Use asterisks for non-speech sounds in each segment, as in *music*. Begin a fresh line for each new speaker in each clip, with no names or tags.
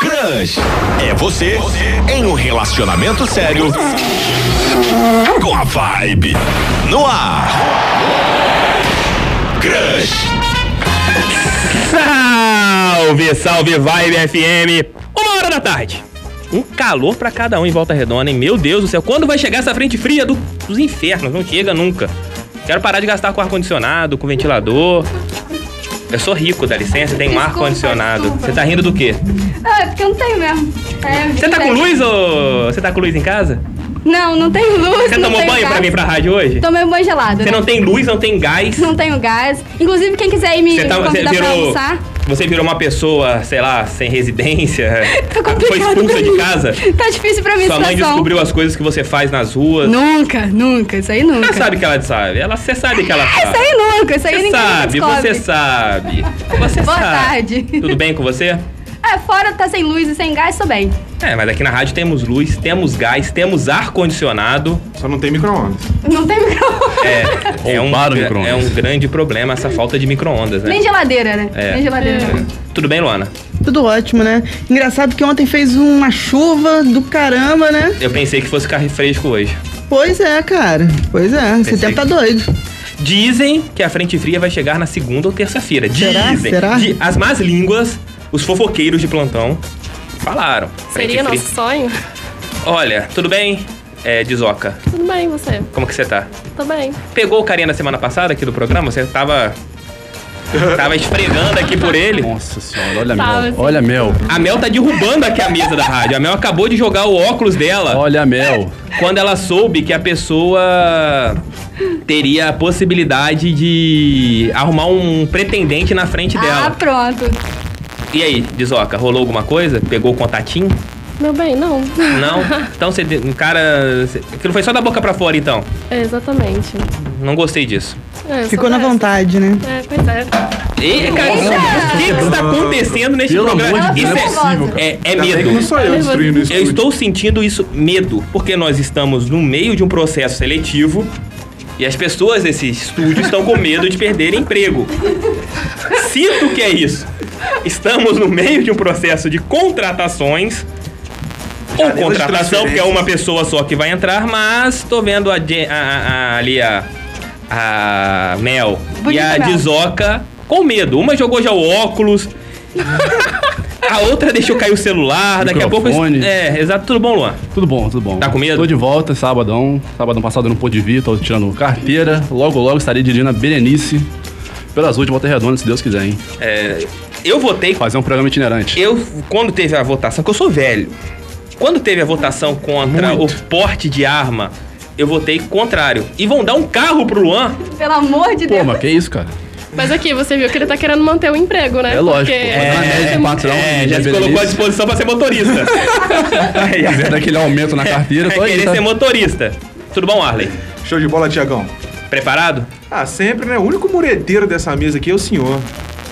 Crush é você, você em um relacionamento sério com a vibe no ar. Crush.
Salve, salve, Vibe FM. Uma hora da tarde. Um calor pra cada um em volta redonda, hein? Meu Deus do céu, quando vai chegar essa frente fria do- dos infernos? Não chega nunca. Quero parar de gastar com ar-condicionado, com ventilador. Eu sou rico, dá licença, tem um
Desculpa,
ar-condicionado.
desculpa.
Você tá rindo do quê?
Ah, é porque eu não tenho mesmo. É,
Você tá
vida
com
que-
luz ou. Você tá com luz em casa?
Não, não tem luz.
Você
não
tomou
tenho
banho
gás.
pra vir pra rádio hoje?
Tomei um banho gelado.
Você
né?
não tem luz, não tem gás.
Não tenho gás. Inclusive, quem quiser ir me
Você, tá,
me
você
convidar pra
virou.
almoçar.
Você virou uma pessoa, sei lá, sem residência.
*laughs* Tá complicado.
foi expulsa
pra
de
mim.
casa.
Tá difícil pra mim a
Sua mãe
situação.
descobriu as coisas que você faz nas ruas.
Nunca, nunca. Isso aí nunca.
Você sabe que ela sabe. Ela, você sabe que ela
Ah, Isso
sabe.
aí nunca. Isso aí
Você
ninguém
sabe,
descobre.
você sabe. Você
Boa
sabe.
tarde.
Tudo bem com você?
É, fora tá sem luz e sem gás, tô bem.
É, mas aqui na rádio temos luz, temos gás, temos ar-condicionado.
Só não tem micro-ondas.
Não tem micro-ondas.
É, é,
*laughs*
um,
Roubaram o
gra-
micro-ondas.
é um grande problema essa falta de micro-ondas, né?
Nem geladeira, né?
É.
Nem geladeira.
Tudo bem, Luana?
Tudo ótimo, né? Engraçado que ontem fez uma chuva do caramba, né?
Eu pensei que fosse carro fresco hoje.
Pois é, cara. Pois é. Esse
Pensei
tempo tá
que-
doido.
Dizem que a frente fria vai chegar na segunda ou terça-feira.
Será?
Dizem.
Será?
Di- As más línguas, os fofoqueiros de plantão, falaram. Frente
Seria
fria.
nosso sonho?
Olha, tudo bem, é, Dizoca?
Tudo bem, você?
Como que você tá?
Tô bem.
Pegou o carinha na semana passada aqui do programa? Você tava... Tava esfregando aqui por ele.
Nossa senhora, olha a
Tava
mel.
assim.
Olha a mel.
A Mel tá derrubando aqui a mesa da rádio. A Mel acabou de jogar o óculos dela.
Olha a mel.
quando ela soube que a pessoa teria a possibilidade de arrumar um pretendente na frente
Ah,
dela.
pronto.
E aí, Dizoca, rolou alguma coisa? Pegou o contatinho?
Meu bem, não.
Não? Então você. de- Um cara. cê- Aquilo foi só da boca pra fora, então.
É, exatamente.
Não gostei disso.
É, eu sou
Ficou na
dessa.
vontade, né?
É, pois é.
E, cara, o que, que está acontecendo neste
tá Pelo
programa?
amor de
Isso
Deus,
é-
não é possível, cara.
é, é,
Ainda bem
medo.
que não sou eu
Eu
destruindo isso.
Eu estou sentindo isso medo, porque nós estamos no meio de um processo seletivo e as pessoas desse estúdio estão com medo de perder emprego. Cito que é isso. Estamos no meio de um processo de contratações. Ou
Cadê as
contratação, porque é
transferências?
uma pessoa só que vai entrar, mas tô vendo a, Je- a- a- a- ali a, a Mel e
Bonita
a
Mel.
Dizoca com medo. Uma jogou já o óculos, a outra deixou cair o celular, daqui a pouco.
Microfone.
É, exato, tudo bom, Luan?
Tudo bom, tudo bom.
Tá com medo?
Tô de volta, sabadão. Sabadão passado eu não pude vir, tô tirando carteira. Logo, logo estarei dirigindo a Berenice. Pelas ruas de Volta Redonda, se Deus quiser, hein?
É, eu votei.
Fazer um programa itinerante.
Eu, quando teve a votação, que eu sou velho, quando teve a votação contra o porte de arma, eu votei contrário. E vão dar um carro pro Luan?
Pelo amor de
Pô,
Deus.
mas que isso,
*laughs*
cara?
Mas aqui, você viu que ele tá querendo manter o emprego, né?
É lógico.
Porque...
pô. Na média de patrão,
É,
de
já se colocou à
Berenice,
disposição pra ser *laughs* motorista. Aí,
Vendo aquele aumento na carteira,
vai
tô aí,
*laughs* querer
tá?
ser motorista. Tudo bom, Arley?
Show de bola, Tiagão.
Preparado?
Ah, sempre, né? O único mureteiro dessa mesa aqui é o senhor.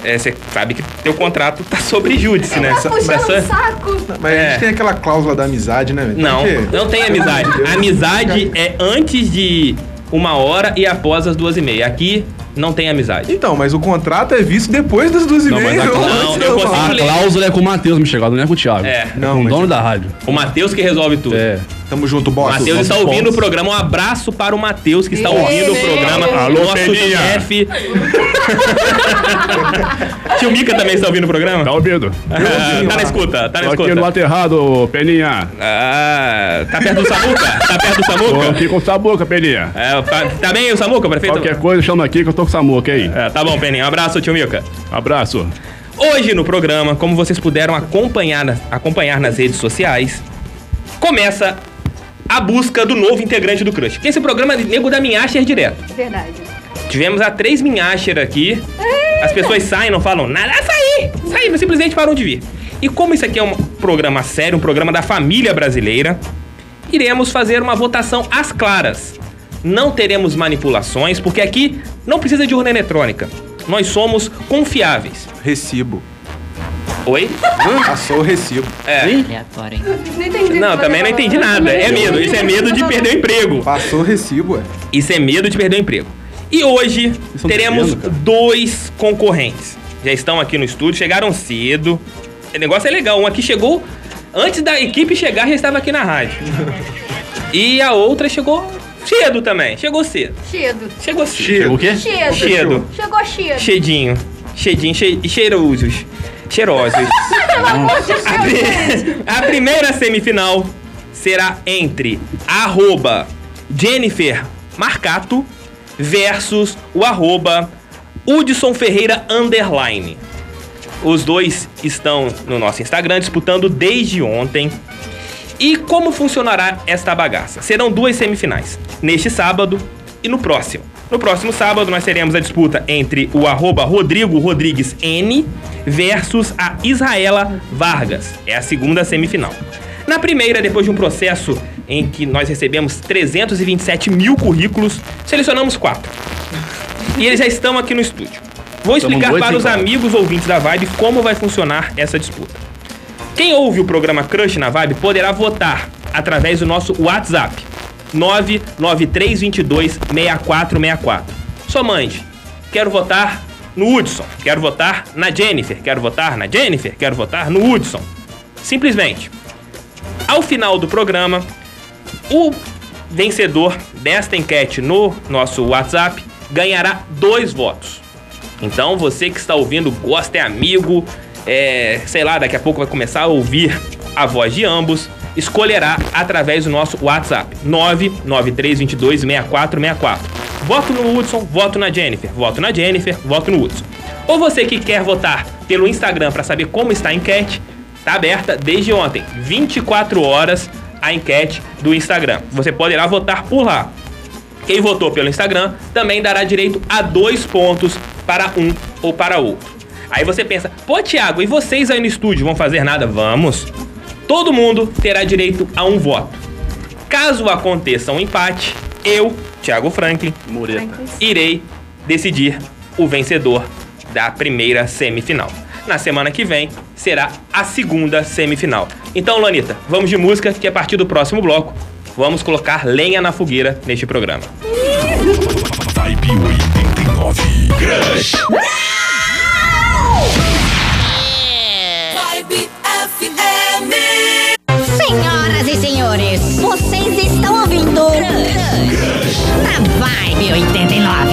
É, Você sabe que teu contrato tá sobre júdice, né?
Tá puxando
Essa-
o saco.
Mas
É.
a gente tem aquela cláusula da amizade, né, velho?
Não,
Tem que-
não
*laughs*
tem amizade.
Pelo amor de Deus.
Amizade é antes de uma hora e após as duas e meia. Aqui não tem amizade.
Então, mas o contrato é visto depois das duas e
Não, mas
meia.
a cláusula-
antes,
Não, eu
não,
consigo-
mano.
A cláusula é com o Matheus, me chegado, não é com o Thiago.
É.
Não,
Não,
com o
mas-
dono da rádio.
O Matheus que resolve tudo.
É.
Tamo junto, boss.
Matheus está
nossos
ouvindo
pontos.
o programa. Um abraço para o Matheus que está ouvindo o programa.
Alô,
nosso
Peninha.
chefe. *laughs* Tio Mica também está ouvindo o programa?
Tá ouvindo?
Ah, tá na escuta, tá na
Tô aqui no
escuta.
aterrado, Peninha.
Ah, tá perto do Samuca? Tá perto do
Tô
Samuca?
aqui com o Samuca, Peninha.
É, tá, tá bem o Samuca, prefeito?
Qualquer coisa, chama aqui que é? eu tô com o Samuca aí.
É, tá bom, Peninha. Um abraço, tio Mica.
Abraço.
Hoje no programa, como vocês puderam acompanhar, na- acompanhar nas redes sociais, começa a busca do novo integrante do Crush. Porque esse programa é nego da Minhacher direto.
Verdade.
Tivemos a três Minhacher aqui. As pessoas saem, não falam nada. Ah, saí! Saí, simplesmente param de vir. E como isso aqui é um programa sério, um programa da família brasileira, iremos fazer uma votação às claras. Não teremos manipulações, porque aqui não precisa de urna eletrônica. Nós somos confiáveis.
Recibo.
Oi? É.
Passou o recibo.
Aleatório, hein?
Não entendi.
Não, também não entendi nada. É medo. Isso é medo de perder o emprego.
Passou o recibo, ué.
Isso é medo de perder o emprego. E hoje
Isso é um
teremos
medo, cara.
dois concorrentes. Já estão aqui no estúdio, chegaram cedo. O negócio é legal. Um aqui chegou Antes da equipe chegar, já estava aqui na rádio. E a outra chegou cedo também. Chegou cedo.
Chedo.
Chegou cedo.
Chegou o quê?
Chedo.
Chedo.
Chegou chedo.
Chedinho. Chedinho. Che cheirosos. Cheirosos.
Pelo amor de Deus, gente.
a primeira semifinal será entre arroba Jennifer Marcato versus o arroba Hudson Ferreira Underline. Os dois estão no nosso Instagram disputando desde ontem. E como funcionará esta bagaça? Serão duas semifinais, neste sábado e no próximo. No próximo sábado nós teremos a disputa entre o arroba Rodrigo Rodrigues N versus a Israela Vargas. É a segunda semifinal. Na primeira, depois de um processo em que nós recebemos 327 mil currículos, selecionamos quatro. E eles já estão aqui no estúdio. Vou
Estamos
explicar
dois
para
em
os
quatro.
amigos ouvintes da Vibe como vai funcionar essa disputa. Quem ouve o programa Crush na Vibe poderá votar através do nosso WhatsApp 993226464. Só mande. Quero votar no Hudson. Quero votar na Jennifer. Quero votar na Jennifer. Quero votar no Hudson. Simplesmente. Ao final do programa, o vencedor desta enquete no nosso WhatsApp ganhará dois votos. Então você que está ouvindo, gosta, é amigo, é, sei lá, daqui a pouco vai começar a ouvir a voz de ambos, escolherá através do nosso WhatsApp 993226464. Voto no Hudson, voto na Jennifer, voto na Jennifer, voto no Hudson. Ou você que quer votar pelo Instagram para saber como está a enquete, Tá aberta desde ontem, 24 horas, a enquete do Instagram. Você poderá votar por lá. Quem votou pelo Instagram também dará direito a dois pontos para um ou para outro. Aí você pensa, pô, Thiago, e vocês aí no estúdio vão fazer nada? Vamos! Todo mundo terá direito a um voto. Caso aconteça um empate, eu, Thiago Franklin,
Mureta.
irei decidir o vencedor da primeira semifinal. Na semana que vem será a segunda semifinal. Então, Lanita, vamos de música que a partir do próximo bloco vamos colocar lenha na fogueira neste programa.
Vibe 89. Crush.
Vibe FM.
Senhoras e senhores, vocês estão ouvindo Crush na Vibe 89.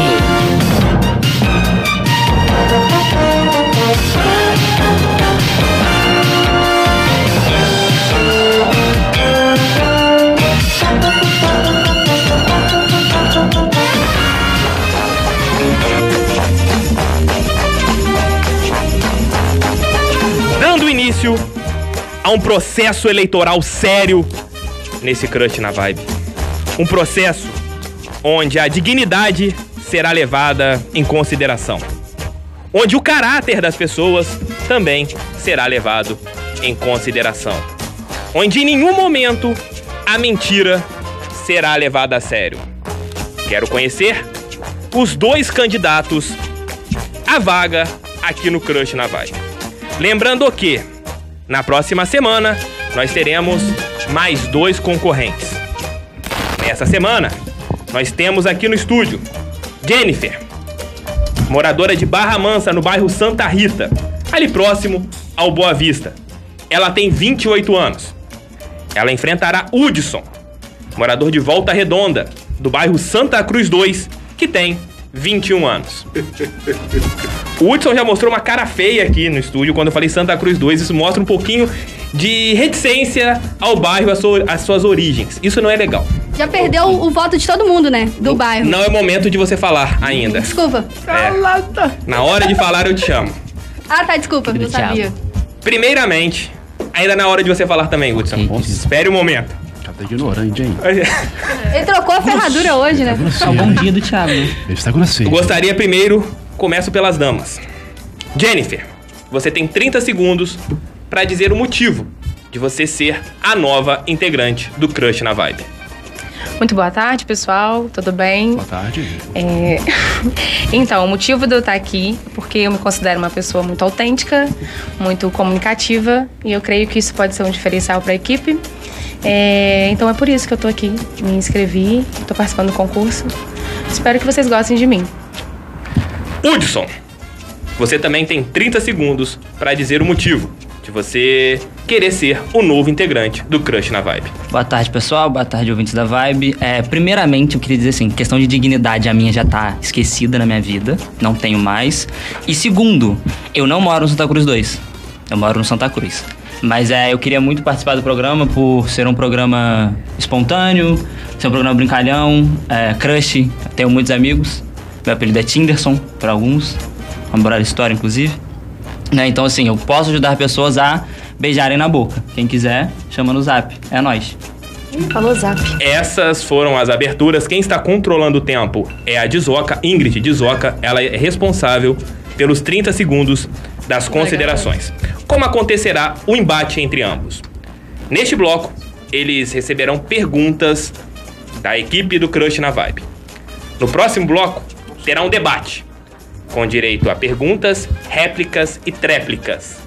Dando início a um processo eleitoral sério nesse crush na vibe. Um processo onde a dignidade será levada em consideração. Onde o caráter das pessoas também será levado em consideração. Onde em nenhum momento a mentira será levada a sério. Quero conhecer os dois candidatos à vaga aqui no Crush na Vibe. Lembrando que na próxima semana nós teremos mais dois concorrentes. Nessa semana nós temos aqui no estúdio Jennifer, moradora de Barra Mansa, no bairro Santa Rita, ali próximo ao Boa Vista. Ela tem 28 anos. Ela enfrentará Hudson, morador de Volta Redonda, do bairro Santa Cruz 2, que tem 21 anos. O Hudson já mostrou uma cara feia aqui no estúdio quando eu falei Santa Cruz 2. Isso mostra um pouquinho de reticência ao bairro, às sua- às suas origens. Isso não é legal.
Já perdeu o voto de todo mundo, né? Do bairro.
Não é momento de você falar
*laughs*
ainda. É.
Desculpa.
Na hora de falar, eu te chamo.
Ah, tá, desculpa. Não sabia.
Primeiramente, ainda na hora de você falar também, Hudson. Espere um momento.
Cara, tá ignorante, hein?
Ele trocou a ferradura hoje, né?
Só Tá bom dia do Thiago. né? Ele está grosseiro.
Eu gostaria primeiro, começo pelas damas. Jennifer, você tem 30 segundos pra dizer o motivo de você ser a nova integrante do Crush na Vibe.
Muito boa tarde, pessoal. Tudo bem?
Boa *laughs* tarde.
É, *laughs* Então, o motivo de eu estar aqui é porque eu me considero uma pessoa muito autêntica, muito comunicativa e eu creio que isso pode ser um diferencial para a equipe. É, Então é por isso que eu tô aqui. Me inscrevi, tô participando do concurso. Espero que vocês gostem de mim.
Hudson, você também tem 30 segundos pra dizer o motivo de de você querer ser o novo integrante do Crush na Vibe.
Boa tarde, pessoal. Boa tarde, ouvintes da Vibe. É, primeiramente, eu queria dizer assim, questão de dignidade a minha já tá esquecida na minha vida. Não tenho mais. E segundo, eu não moro no Santa Cruz 2. Eu moro no Santa Cruz. Mas é, eu queria muito participar do programa por ser um programa espontâneo, ser um programa brincalhão, é, crush. Tenho muitos amigos. Meu apelido é Tinderson, para alguns. Uma breve história, inclusive. Né, Então, assim, eu posso ajudar pessoas a beijarem na boca. Quem quiser, chama no zap. É nóis.
Falou zap. Essas foram as aberturas. Quem está controlando o tempo é a Dizoca, Ingrid Dizoca. Ela é responsável pelos 30 segundos das considerações. Como acontecerá o embate entre ambos? Neste bloco, eles receberão perguntas da equipe do Crush na Vibe. No próximo bloco, terá um debate com direito a perguntas, réplicas e tréplicas.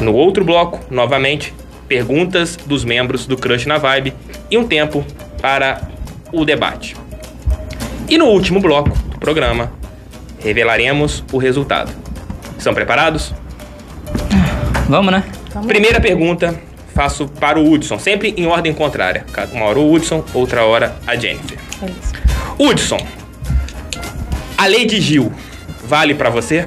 No outro bloco, novamente, perguntas dos membros do Crush na Vibe e um tempo para o debate. E no último bloco do programa, revelaremos o resultado. Estão preparados?
Vamos, né?
Primeira pergunta, faço para o Hudson, sempre em ordem contrária. Uma hora o Hudson, outra hora a Jennifer. Hudson, a lei de Gil vale pra você?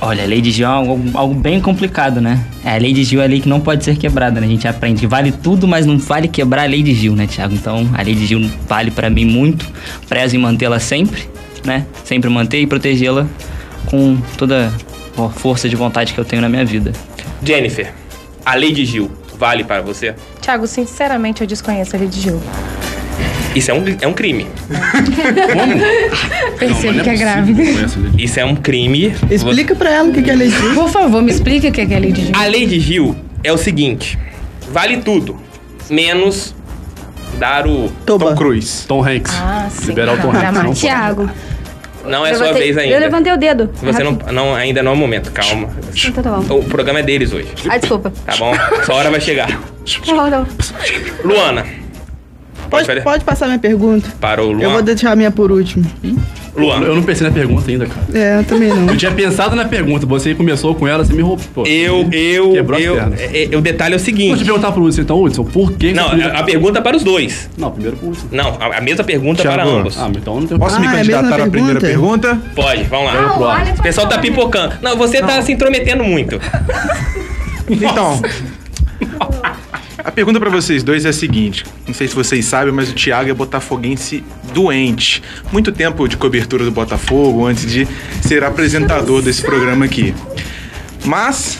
Olha, a lei de Gil é algo, algo bem complicado, né? É, a lei de Gil é a lei que não pode ser quebrada, né? A gente aprende que vale tudo, mas não vale quebrar a lei de Gil, né, Thiago? Então, a lei de Gil vale pra mim muito. Prezo em mantê-la sempre, né? Sempre manter e protegê-la com toda a força de vontade que eu tenho na minha vida.
Jennifer, a lei de Gil vale para você?
Thiago, sinceramente, eu desconheço a lei de Gil.
Isso é um, é um crime.
Percebi que é grávida.
Isso é um crime.
Explica pra ela o que que é lei de Gil.
Por favor, me explica o que é a lei de Gil.
A lei de Gil é o seguinte: vale tudo, menos dar o
Toba.
Tom Cruise.
Tom Hanks.
Ah, sim.
Liberal Tom Hanks. não pode.
Tiago.
Não é
eu
sua
levantei-
vez ainda.
Eu levantei o dedo.
Você não, não, ainda não é o momento, calma.
Então tá bom.
O programa é deles hoje,
Ah, desculpa.
tá bom? Sua hora vai chegar.
Tá bom, tá bom.
Luana. Pode,
Pode, pode passar minha pergunta?
Para o
Eu vou
Luana.
deixar a minha por último.
Luana.
Eu não pensei na pergunta ainda, cara.
É, eu também não.
Eu tinha pensado na pergunta, você começou com ela, você me roubou. Pô,
Eu, eu,
Quebrou as
eu,
pernas.
é- é- O detalhe é o
Vou te
seguinte.
perguntar pro Hudson, então, Hudson, por que... que
Não,
você-
a, a pergunta é para os dois.
Não, primeiro pro Hudson.
Não, a, a mesma pergunta é
Thiago,
para ambos.
Ah, mas então não tem...
Posso me
Ah, é a mesma
candidatar à tá primeira pergunta?
Pode, vamos lá.
pro ar.
O pessoal tá pipocando. Não, você tá se intrometendo muito.
Então. A pergunta pra vocês dois é a seguinte: não sei se vocês sabem, mas o Thiago é botafoguense doente. Muito tempo de cobertura do Botafogo antes de ser apresentador desse programa aqui. Mas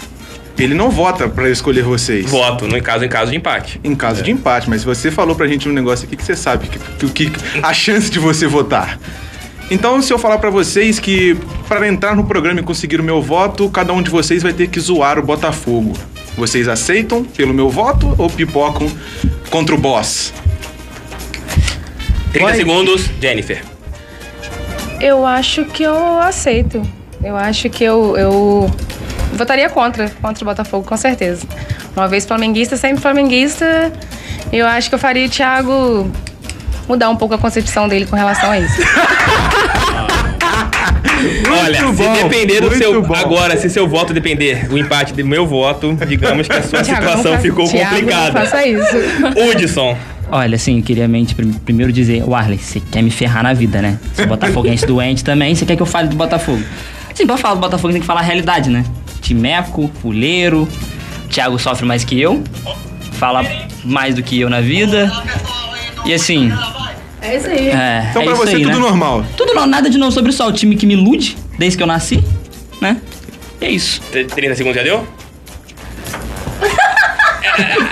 ele não vota pra escolher vocês.
Voto, no caso, em caso de empate.
Em caso de empate, mas você falou pra gente um negócio aqui que você sabe que, que, que- a chance de você votar. Então, se eu falar pra vocês que pra entrar no programa e conseguir o meu voto, cada um de vocês vai ter que zoar o Botafogo. Vocês aceitam pelo meu voto ou pipocam contra o boss?
30 segundos, Jennifer.
Eu acho que eu aceito. Eu acho que eu, eu votaria contra, contra o Botafogo, com certeza. Uma vez flamenguista, sempre flamenguista. Eu acho que eu faria o Thiago mudar um pouco a concepção dele com relação a isso.
Olha,
bom,
se depender do
muito
seu.
bom.
Agora, se seu voto depender do empate do meu voto, digamos que *laughs* a
*laughs*
sua
Thiago, não
situação
faça-
ficou
Thiago,
complicada.
Não faça isso.
Hudson,
Olha, assim, eu queria mente, prim- primeiro dizer, o Arley, você quer me ferrar na vida, né? Sou botafoguense doente também, você quer que eu fale do Botafogo? Assim, pra falar do Botafogo tem que falar a realidade, né? Timeco, fuleiro, Thiago sofre mais que eu, fala mais do que eu na vida. E assim,
É isso aí.
é,
Então,
é
pra
isso
você,
aí,
tudo
né?
normal.
Tudo não, nada de não sobre só o time que me ilude desde que eu nasci, né? E é isso.
tr- 30 segundos já deu?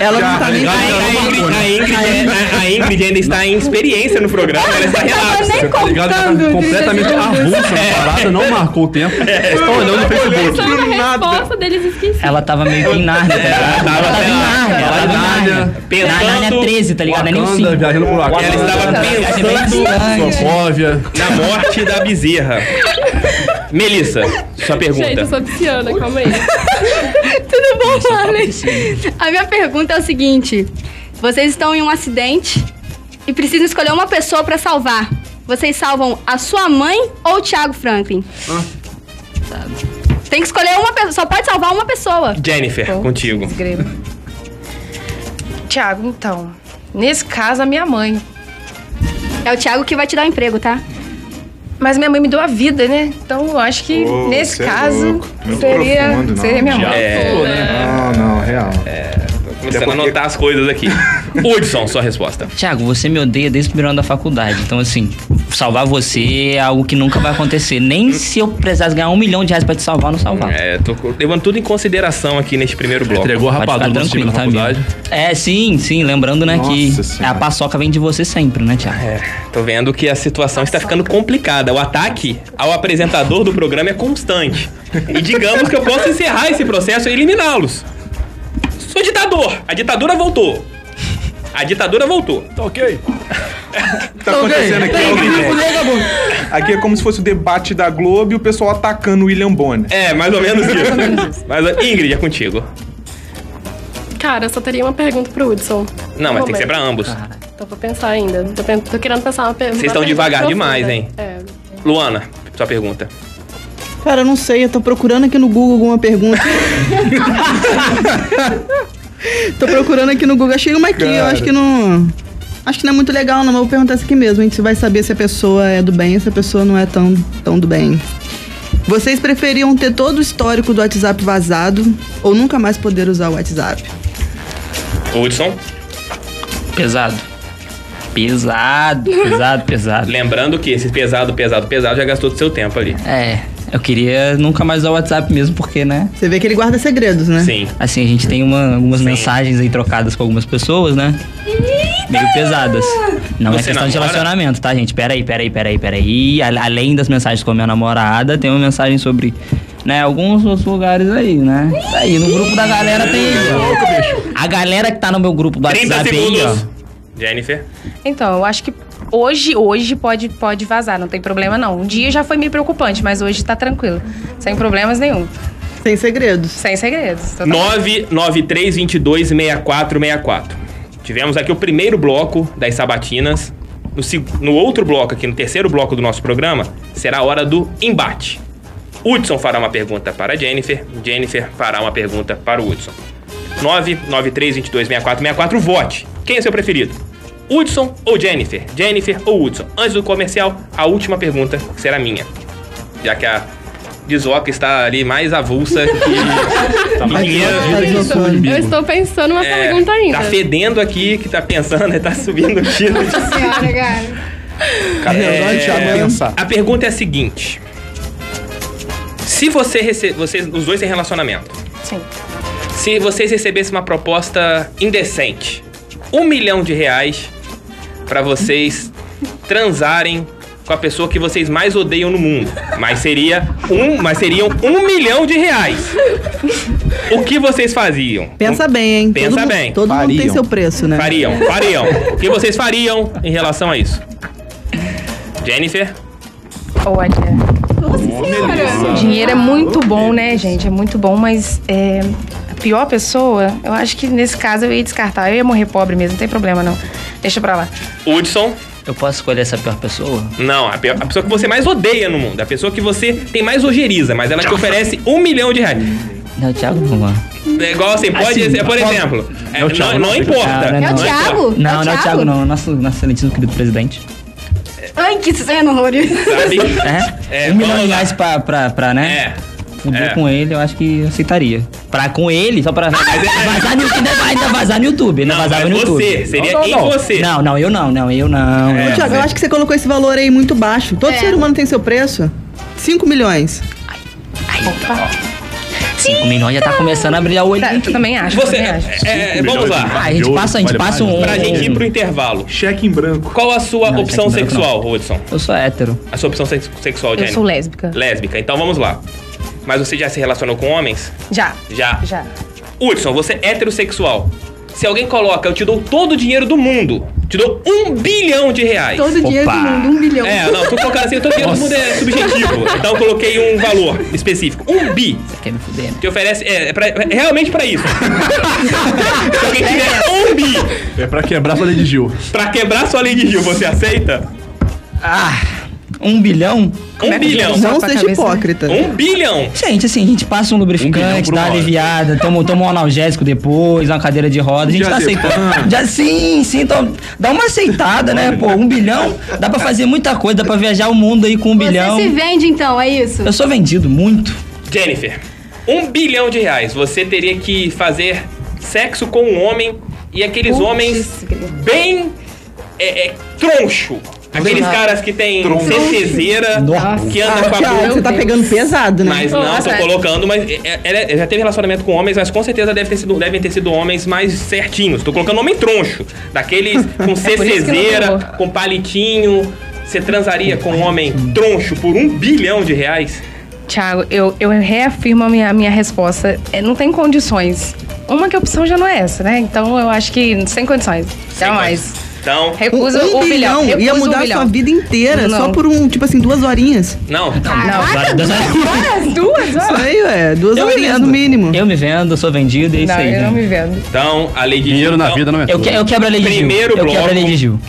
Ela não tá nem.
A Ingrid, a Ingrid- a- a Ingrid ainda está em experiência no programa, ela está
Tava
relapsa.
nem
Tá ligado? Tá
contando.
completamente avulso na parada, não marcou o tempo.
É.
Vocês estão olhando no Facebook.
Só a resposta deles esqueci.
Ela tava meio que em Nárnia, tá ligado?
Ela tava
Ela tava em Nárnia, ela tava em
Nárnia,
Nárnia.
pensando-
Na Nárnia 13, tá ligado? Não é nem o
Wakanda,
5.
viajando por Wakanda.
Ela estava pensando
Sofóvia.
na morte da bezerra. Melissa, sua
Gente, eu
pergunta.
sou pisciana, calma aí.
Tudo bom, Arley? A minha pergunta é o seguinte: vocês estão em um acidente e precisam escolher uma pessoa pra salvar.
Ah.
Vocês salvam a sua mãe ou o Thiago Franklin? Tem que escolher uma pessoa. Só pode salvar uma pessoa.
Jennifer, contigo.
Grego. Tiago, então. Nesse caso, a minha mãe.
É o Tiago que vai te dar o emprego, tá?
Mas minha mãe me deu a vida, né? Então eu acho que
Pô,
nesse
cê é
caso
louco. Muito
seria,
profundo, não.
seria minha mãe.
né?
Não, não, real.
É, Começando a anotar as coisas *laughs* aqui. Hudson, sua resposta.
Tiago, você me odeia desde o primeiro ano da faculdade. Então, assim, salvar você é algo que nunca vai acontecer. Nem se eu precisasse ganhar um milhão de reais pra te salvar, eu não salvar.
É, tô levando tudo em consideração aqui neste primeiro bloco.
Entregou a rapadura do time da É, sim, sim. Lembrando, né, que a paçoca vem de você sempre, né, Tiago?
É. Tô vendo que a situação está ficando complicada. O ataque ao apresentador do programa é constante. E digamos que eu posso encerrar esse processo e eliminá-los. Sou ditador. A ditadura voltou. A ditadura voltou. Tá ok.
Tá acontecendo aqui, ao vivo. Aqui é como se fosse o debate da Globo e o pessoal atacando o William Bonner.
É, mais ou menos isso. Mas, Ingrid, é contigo.
Cara, eu só teria uma pergunta pro Hudson.
Não, mas tem que ser pra ambos.
Então vou pensar ainda. Tô, pen- tô querendo pensar uma pergunta.
Vocês estão devagar demais, hein?
É.
Luana, sua pergunta.
Cara, eu não sei, eu tô procurando aqui no Google alguma pergunta. tô procurando aqui no Google, achei uma aqui, eu
Cara.
acho que não. Acho que não é muito legal, não, mas eu vou perguntar isso aqui mesmo. A gente vai saber se a pessoa é do bem, se a pessoa não é tão, tão do bem. Vocês preferiam ter todo o histórico do WhatsApp vazado ou nunca mais poder usar o WhatsApp?
Hudson?
É, Pesado. Pesado, pesado, pesado.
Lembrando que esse pesado, pesado, pesado já gastou do seu tempo ali.
*laughs* É, eu queria nunca mais usar o WhatsApp mesmo, porque, né?
Você vê que ele guarda segredos, né?
Sim.
Assim, a gente tem uma- algumas mensagens aí trocadas com algumas pessoas, né? Meio pesadas. Não é
Você
questão de
namora?
relacionamento, tá, gente? Peraí, peraí, peraí, peraí. A- Além das mensagens com a minha namorada, tem uma mensagem sobre, né, alguns outros lugares aí, né? Tá aí, no grupo da galera tem. A galera que tá no meu grupo do
30
WhatsApp aí, ó.
segundos. Jennifer?
Então, eu acho que hoje, hoje pode, pode vazar, não tem problema não. Um dia já foi meio preocupante, mas hoje tá tranquilo. Sem problemas nenhum.
Sem segredos.
Sem segredos. total.
993226464. Tivemos aqui o primeiro bloco das sabatinas. No, seg- no outro bloco aqui, no terceiro bloco do nosso programa, será a hora do embate. Hudson fará uma pergunta para Jennifer, Jennifer fará uma pergunta para o Hudson. 993226464, vote. Quem é seu preferido? Hudson ou Jennifer? Jennifer ou Hudson? Antes do comercial, a última pergunta será minha. Já que a Dizoca está ali mais avulsa
*laughs*
que, que dinheiro.
Eu estou pensando uma
É,
pergunta ainda.
Tá fedendo aqui, que tá pensando, né? tá subindo aqui. né?
senhora, cara.
Cara,
verdade, Thiago, é pensar.
a pergunta é a seguinte. Se você rece... vocês, os dois têm relacionamento.
Sim.
Se vocês recebessem uma proposta indecente, um milhão de reais pra vocês transarem com a pessoa que vocês mais odeiam no mundo, mas seria um, mas seriam um milhão de reais. O que vocês faziam?
Pensa bem, hein?
Pensa
todo mundo-
bem.
Todo mundo tem
Fariam.
seu preço, né?
Fariam, fariam. O que vocês fariam em relação a isso? Jennifer?
Olha, o
Melissa.
dinheiro é muito bom, né, gente? É muito bom, mas é, a pior pessoa, eu acho que nesse caso eu ia descartar. Eu ia morrer pobre mesmo, não tem problema não. Deixa pra lá.
Hudson?
Eu posso escolher essa pior pessoa?
Não, a, pior- a pessoa que você mais odeia no mundo. A pessoa que você tem mais ojeriza, mas ela te oferece um milhão de reais.
Não, Thiago, vamos lá.
É igual assim, pode
Assim,
ser, por
pode-
exemplo. é,
o
não,
Thiago,
não importa.
Não, não, não. Não, não é o É Thiago, não. Nosso, nosso excelentíssimo querido presidente.
Ai, que cena horrorosa.
É? um milhão de reais pra, pra, pra, né? Fuder
É.
com ele, eu acho que eu aceitaria. Pra com ele, só pra. vazar no YouTube, ainda, ainda vazar no YouTube. Ainda vazava no
é- mas
YouTube.
é você, seria
não,
em
não.
você. É.
Não, não, eu não, não, eu não.
Ô, Thiago, eu acho que você colocou esse valor aí muito baixo.
É.
Todo ser humano tem seu preço. 5 milhões.
5 milhões já tá começando a brilhar o olho.
Eu também acho.
Você,
também acho.
é, é, vamos lá.
Ah, a gente passa- a gente passa um-
Pra gente ir pro intervalo.
Cheque em branco.
Qual a sua
Não,
opção
cheque em branco
sexual, Hudson?
Eu sou hétero.
A sua opção sex- sexual,
Eu
Jennifer?
sou lésbica.
Lésbica, então vamos lá. Mas você já se relacionou com homens?
Já.
Já.
Já.
Hudson, você é heterossexual. Se alguém coloca, eu te dou todo o dinheiro do mundo. Te dou um bilhão de reais.
Todo o dinheiro do mundo, um bilhão.
É, não, tô colocando assim, todo dinheiro do mundo é subjetivo. Então eu coloquei um valor específico. Um bi. Você
quer me fuder, né?
Te oferece. É, é pra- é realmente pra isso. Se alguém tiver um bi
É pra quebrar sua lei de Gil.
pra quebrar sua lei de Gil, você aceita?
Ah, Um bilhão?
Um bilhão.
Não seja
né?
hipócrita.
Um bilhão.
Gente, assim, a gente passa um lubrificante, dá aliviada, toma, toma um analgésico depois, uma cadeira de roda. A gente tá
Diazepam.
aceitando. Já sim, sim. Então, dá uma aceitada, né? Pô, um bilhão, dá pra fazer muita coisa, dá pra viajar o mundo aí com um bilhão.
Você se vende então, é isso?
Eu sou vendido muito.
Jennifer, um bilhão de reais. Você teria que fazer sexo com um homem e aqueles
Putz,
homens bem é, é, troncho. Aqueles
Troncho.
caras que tem
Troncho.
CCzeira, que anda
Ah,
com a
Thiago,
bunda-
Você tá pegando pesado, né?
Mas não, tô colocando, mas é- é- ela já teve relacionamento com homens, mas com certeza deve ter sido, devem ter sido homens mais certinhos. Tô colocando homem troncho, daqueles com
isso que não
CCzeira, com palitinho. Você transaria com um homem troncho por um bilhão de reais?
Tiago, eu, eu reafirmo a minha, a minha resposta. É, não tem condições. Uma que a opção já não é essa, né? Então eu acho que sem condições. Jamais.
Então,
Recuso
um
o bilhão.
bilhão ia
Recuso o
mudar a
bilhão.
sua vida inteira,
Não.
só por um, tipo assim, duas horinhas.
Não, não.
Caraca,
duas
*laughs*
horas? Duas
horas? Isso aí, ué, duas
é Eu me
horinhas no
vendo.
mínimo.
Eu me vendo, sou vendido, é isso
Não,
aí.
eu não
gente.
me vendo.
Então, a lei de Dinheiro na vida não é
Eu tudo. que- eu quebro a lei de Gil.
Primeiro
Eu
bloco,
quebro a lei de Gil.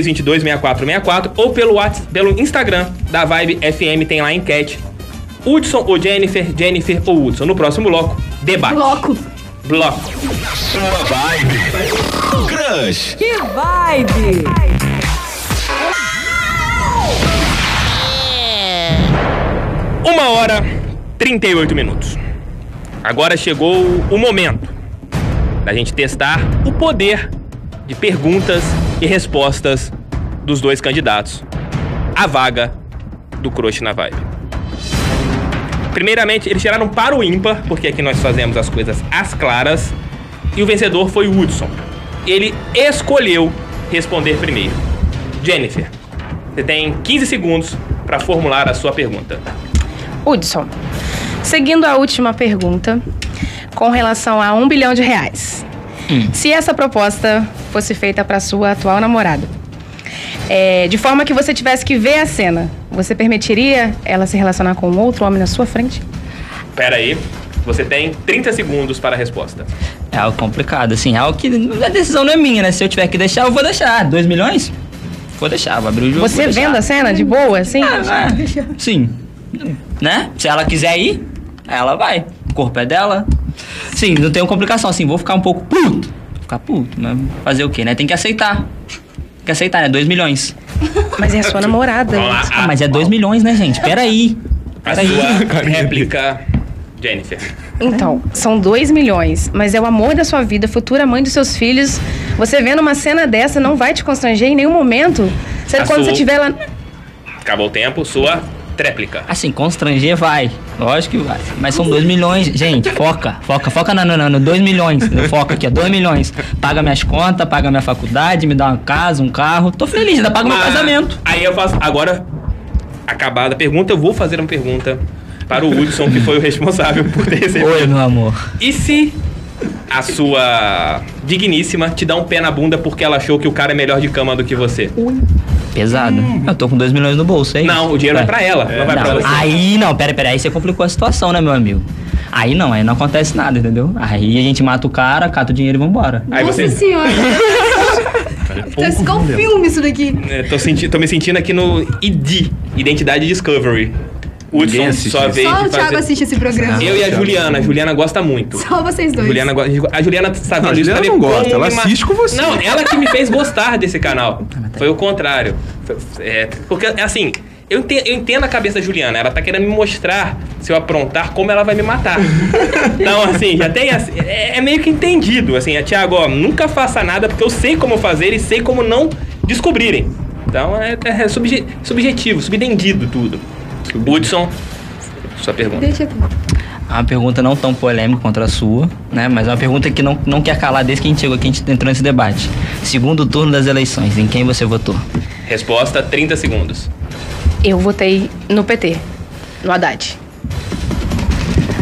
993-226464 ou pelo, Whats- pelo Instagram da Vibe FM, tem lá a enquete. Hudson ou Jennifer, Jennifer ou Hudson. No próximo bloco, debate.
Bloco.
Bloco.
Sua vibe. Crush.
Que vibe!
Uma hora, 38 minutos. Agora chegou o momento da gente testar o poder de perguntas e respostas dos dois candidatos à vaga do Crush na Vibe. Primeiramente, eles tiraram para o ímpar, porque aqui nós fazemos as coisas às claras, e o vencedor foi o Hudson. Ele escolheu responder primeiro. Jennifer, você tem 15 segundos para formular a sua pergunta.
Hudson, seguindo a última pergunta, com relação a um bilhão de reais.
Hum.
Se essa proposta fosse feita para sua atual namorada, é, de forma que você tivesse que ver a cena, você permitiria ela se relacionar com outro homem na sua frente?
Pera aí, você tem 30 segundos para a resposta.
É algo complicado, assim, é algo que a decisão não é minha, né? Se eu tiver que deixar, eu vou deixar. 2 milhões? Vou deixar, vou abrir o jogo.
você
vou deixar. Hum.
vendo a cena de boa, assim?
Sim. Né? Se ela quiser ir, ela vai. O corpo é dela. Sim, não tem complicação, assim, vou ficar um pouco puto. Vou ficar puto, né? Fazer o quê, né? Tem que aceitar. Tem que aceitar, né? 2 milhões.
Mas é a sua namorada.
Ah, mas é 2 milhões, né, gente? Peraí.
A
Peraí. *laughs*
sua réplica, Jennifer.
Então, são 2 milhões, mas é o amor da sua vida, futura mãe dos seus filhos. Você vendo uma cena dessa não vai te constranger em nenhum momento. Você-
A
quando
sua-
você tiver lá. Ah,
Acabou o tempo, sua tréplica.
Assim, constranger vai. Lógico que vai. Mas são 2 milhões, gente. Foca, foca, foca na- na- no 2 milhões. entendeu? Foca aqui, ó, 2 milhões. Paga minhas contas, paga minha faculdade, me dá uma casa, um carro. Tô feliz, ainda paga meu
Mas-
casamento.
Ah, Aí eu faço. Agora, acabada a pergunta, eu vou fazer uma pergunta para o Hudson, que foi o responsável por ter recebido.
Oi, meu amor.
E se a sua digníssima te dá um pé na bunda porque ela achou que o cara é melhor de cama do que você?
Pesado. Eu tô com 2 milhões no bolso, é hein?
Hum. Não, o dinheiro vai pra
É.
ela, não vai pra você.
Aí não, pera, pera, aí você complicou a situação, né, meu amigo? Aí não, aí não acontece nada, entendeu? Aí a gente mata o cara, cata o dinheiro e vambora.
Aí
Nossa
você-
senhora. Parece que é um filme isso daqui.
É, tô, senti tô me sentindo aqui no ID Identidade Discovery. Hudson só veio.
Só
de
o Thiago
fazer-
assiste esse programa.
Eu e a Juliana. A Juliana gosta muito.
Só vocês dois.
Juliana gosta. A Juliana tá vendo
a
isso
Juliana
também.
não gosta,
como
ela
me ma-
assiste com você.
Não, ela que me fez gostar desse canal.
Ah, tá
Foi o contrário. Foi- é, porque, assim, eu entendo, eu entendo a cabeça da Juliana. Ela tá querendo me mostrar, se eu aprontar, como ela vai me
*laughs*
matar. então, assim, já tem. assim, É, é meio que entendido. Assim, a Thiago, ó, nunca faça nada porque eu sei como fazer e sei como não descobrirem. Então, é, é subje- subjetivo, subentendido tudo. Hudson, sua pergunta.
Deixa eu...
É uma pergunta não tão polêmica quanto a sua, né? Mas é uma pergunta que não, não quer calar desde que a gente chegou aqui, a gente entrou nesse debate. Segundo turno das eleições, em quem você votou?
Resposta: 30 segundos.
Eu votei no PT, no Haddad.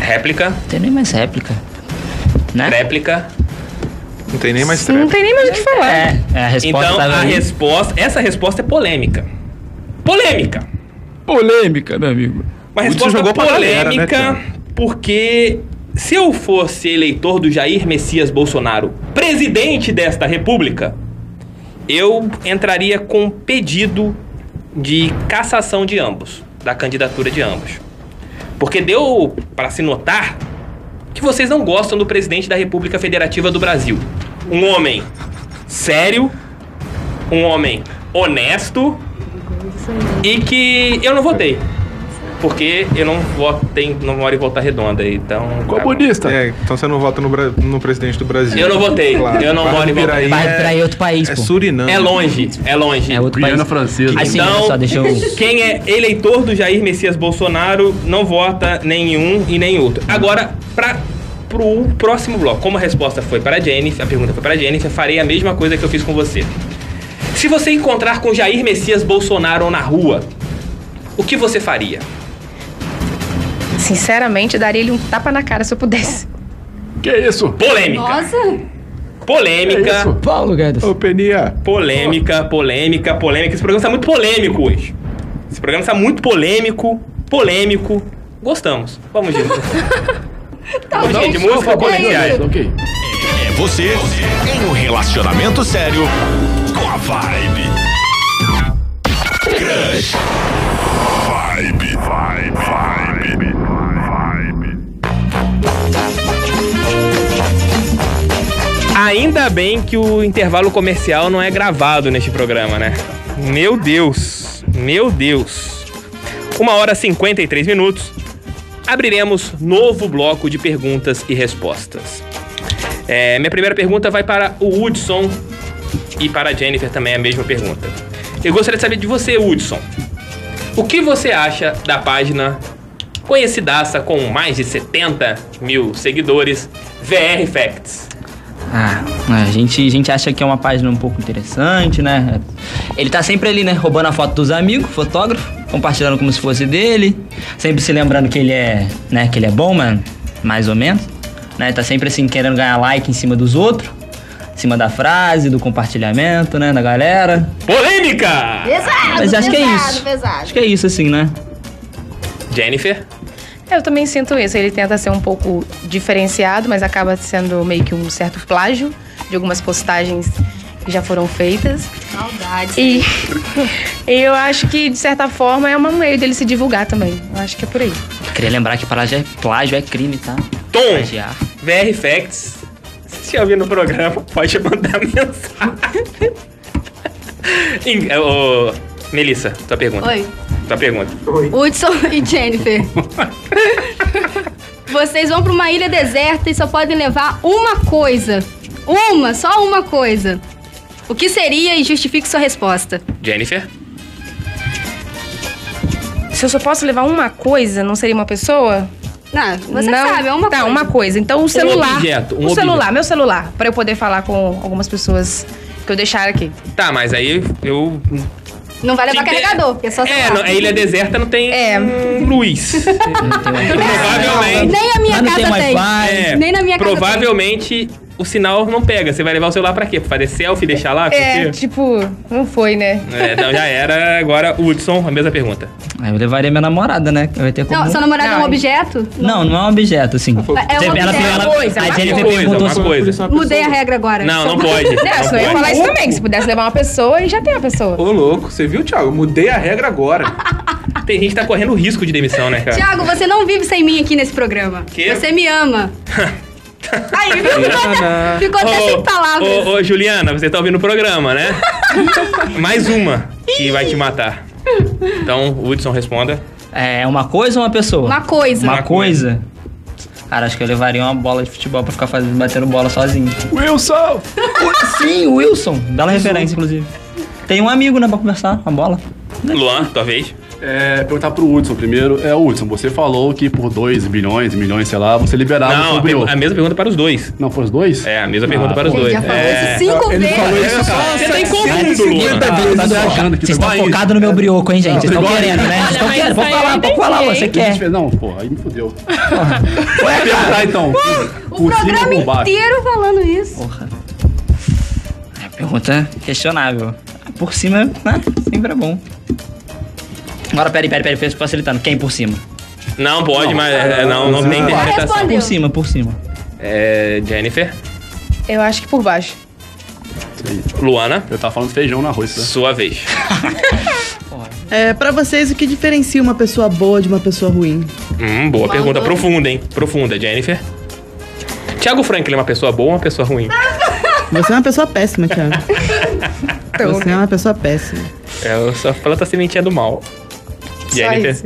Réplica.
Não tem nem mais réplica. né?
Réplica.
Não tem nem mais
Não tem nem mais o que falar.
É, a resposta
então,
tava
a
aí.
resposta. Essa resposta é polêmica. Polêmica!
Polêmica, meu amigo.
Uma
Hudson
resposta
jogou pra galera, né,
polêmica,
cara?
porque se eu fosse eleitor do Jair Messias Bolsonaro, presidente desta república, eu entraria com um pedido de cassação de ambos, da candidatura de ambos. Porque deu para se notar que vocês não gostam do presidente da República Federativa do Brasil. Um homem sério, um homem honesto e que eu não votei. Porque eu não votei, não moro em Volta Redonda, então...
Comunista. É, então você não vota no, Bra- no presidente do Brasil.
Eu não votei. Eu não moro em Volta Redonda.
Vai
Vai
outro país,
É Suriname.
É longe, é longe. É outro
Guiana Francesa.
Assim,
Então,
só deixa eu-
quem é eleitor do Jair Messias Bolsonaro não vota nenhum e nem outro. Agora, para pro próximo bloco, como a resposta foi para a Jennifer, a pergunta foi para a Jennifer, farei a mesma coisa que eu fiz com você. Se você encontrar com Jair Messias Bolsonaro na rua, o que você faria?
Sinceramente, eu daria ele um tapa na cara se eu pudesse.
Que isso?
Polêmica. Polêmica.
É
Paulo Guedes.
Openia.
Polêmica, polêmica, polêmica. Esse programa está muito polêmico hoje. Esse programa está muito polêmico, polêmico. Gostamos. Vamos de
Tá
Vamos, gente, música comerciais.
Ok.
É você em um relacionamento sério com a vibe. Crush. Vibe, vibe, vibe.
Ainda bem que o intervalo comercial não é gravado neste programa, né? Meu Deus, meu Deus. Uma hora e 53 minutos. Abriremos novo bloco de perguntas e respostas. É, minha primeira pergunta vai para o Hudson e para a Jennifer também a mesma pergunta. Eu gostaria de saber de você, Hudson. O que você acha da página conhecidaça com mais de 70 mil seguidores, VR Facts?
Ah, a gente, a gente acha que é uma página um pouco interessante, né? Ele tá sempre ali, né? Roubando a foto dos amigos, fotógrafo, compartilhando como se fosse dele, sempre se lembrando que ele é, né? Que ele é bom, mano, mais ou menos. Né? Tá sempre assim querendo ganhar like em cima dos outros, em cima da frase, do compartilhamento, né? Da galera.
Polêmica!
Ah,
Pesado, Mas acho que é
pesado,
isso. Acho que é isso, assim, né?
Jennifer?
Eu também sinto isso. Ele tenta ser um pouco diferenciado, mas acaba sendo meio que um certo plágio de algumas postagens que já foram feitas.
Saudades.
E *laughs* eu acho que, de certa forma, é uma meio dele se divulgar também. Eu acho que é por aí.
Queria lembrar que plágio é, plágio é crime, tá?
Tom,
Plagiar.
VR Facts. Se estiver ouvindo o programa, pode mandar *laughs* mensagem. Em- ô, Melissa, tua pergunta.
Oi.
Tua pergunta.
Hudson
*laughs*
e Jennifer. Vocês vão pra uma ilha deserta e só podem levar uma coisa. Uma, só uma coisa. O que seria e justifique sua resposta.
Jennifer?
Se eu só posso levar uma coisa, não seria uma pessoa?
Não, você sabe, é uma
tá,
coisa.
uma coisa. Então, o celular.
objeto, um
o
objeto.
celular, meu celular. Pra eu poder falar com algumas pessoas que eu deixar aqui.
Tá, mas aí eu.
Não vai levar carregador, porque é só
É, não, a ilha deserta não tem hum,
*laughs*
luz. Provavelmente.
Nem a minha Mas não casa tem tem. Wi-Fi.
É,
Nem na minha casa
Provavelmente o sinal não pega. Você vai levar o celular pra quê? Pra fazer selfie e deixar lá?
É,
Por quê?
tipo, não foi, né?
É, não, já era. Agora, Hudson, a mesma pergunta.
Aí eu levaria minha namorada, né? Que vai ter como.
Não, sua namorada é um objeto?
Não, não é um objeto, assim.
É um
Ela-
objeto.
ela-
Uma coisa, é
a
uma
Jennifer
coisa,
perguntou
uma
sobre-
coisa.
Mudei a regra agora.
Não, não
Só- *laughs*
pode.
Não, senão eu ia falar isso também, que se pudesse levar uma pessoa, e já tem a pessoa.
Ô, louco, você viu, Thiago? Eu mudei a regra agora.
*laughs* Tem gente que tá correndo risco de demissão, né, cara?
Tiago, você não vive sem mim aqui nesse programa.
Quê?
Você me
*laughs*
ama. Aí, viu? Ficou até, ficou até sem palavras.
Ô, ô, Juliana, você tá ouvindo o programa,
*laughs*
né? Mais uma que vai te matar. Então, Hudson, responda.
É uma coisa ou uma pessoa?
Uma coisa.
Uma coisa. Cara, acho que eu levaria uma bola de futebol pra ficar fazendo, batendo bola sozinho.
Wilson!
Sim, Wilson. Bela referência, inclusive. Tem um amigo, né, pra conversar, uma bola.
Luan, tua vez.
É, perguntar pro Hudson primeiro. É, Hudson, você falou que por 2 bilhões, milhões, sei lá, você liberava
Não,
sobre
a
o
per- a mesma pergunta para os dois.
Não, para os dois?
É, a mesma pergunta para os
pô.
dois.
Ele já falou
é.
isso cinco Ele vezes. falou isso só
Você tá em
Mas
confuso,
esse
Luan.
Tá, tá achando que Vocês estão focados no meu brioco, hein, gente? Vocês estão querendo, né? Vocês estão querendo. Vou
é
falar, vou falar, você quer.
Não, pô, aí me fudeu. Vai perguntar então.
O programa inteiro falando isso.
Pergunta é questionável. Por cima, né? Sempre é bom. Agora, peraí, peraí, peraí, facilitando. Quem por cima?
Não, pode, mas é, não, não tem
Tá
interpretação.
Por cima, por cima. *laughs*
É, Jennifer,
Eu acho que por baixo.
Luana.
né? Eu tava falando feijão na arroz,
Sua vez.
É, para vocês, o que diferencia uma pessoa boa de uma pessoa ruim?
Hum, boa pergunta. Profunda, hein? Profunda, Jennifer. Tiago Franklin é uma pessoa boa ou uma pessoa ruim?
Você é uma pessoa péssima, Thiago.
Então, né?
Você é uma pessoa péssima.
É, eu só planta a sementinha do mal. Jennifer.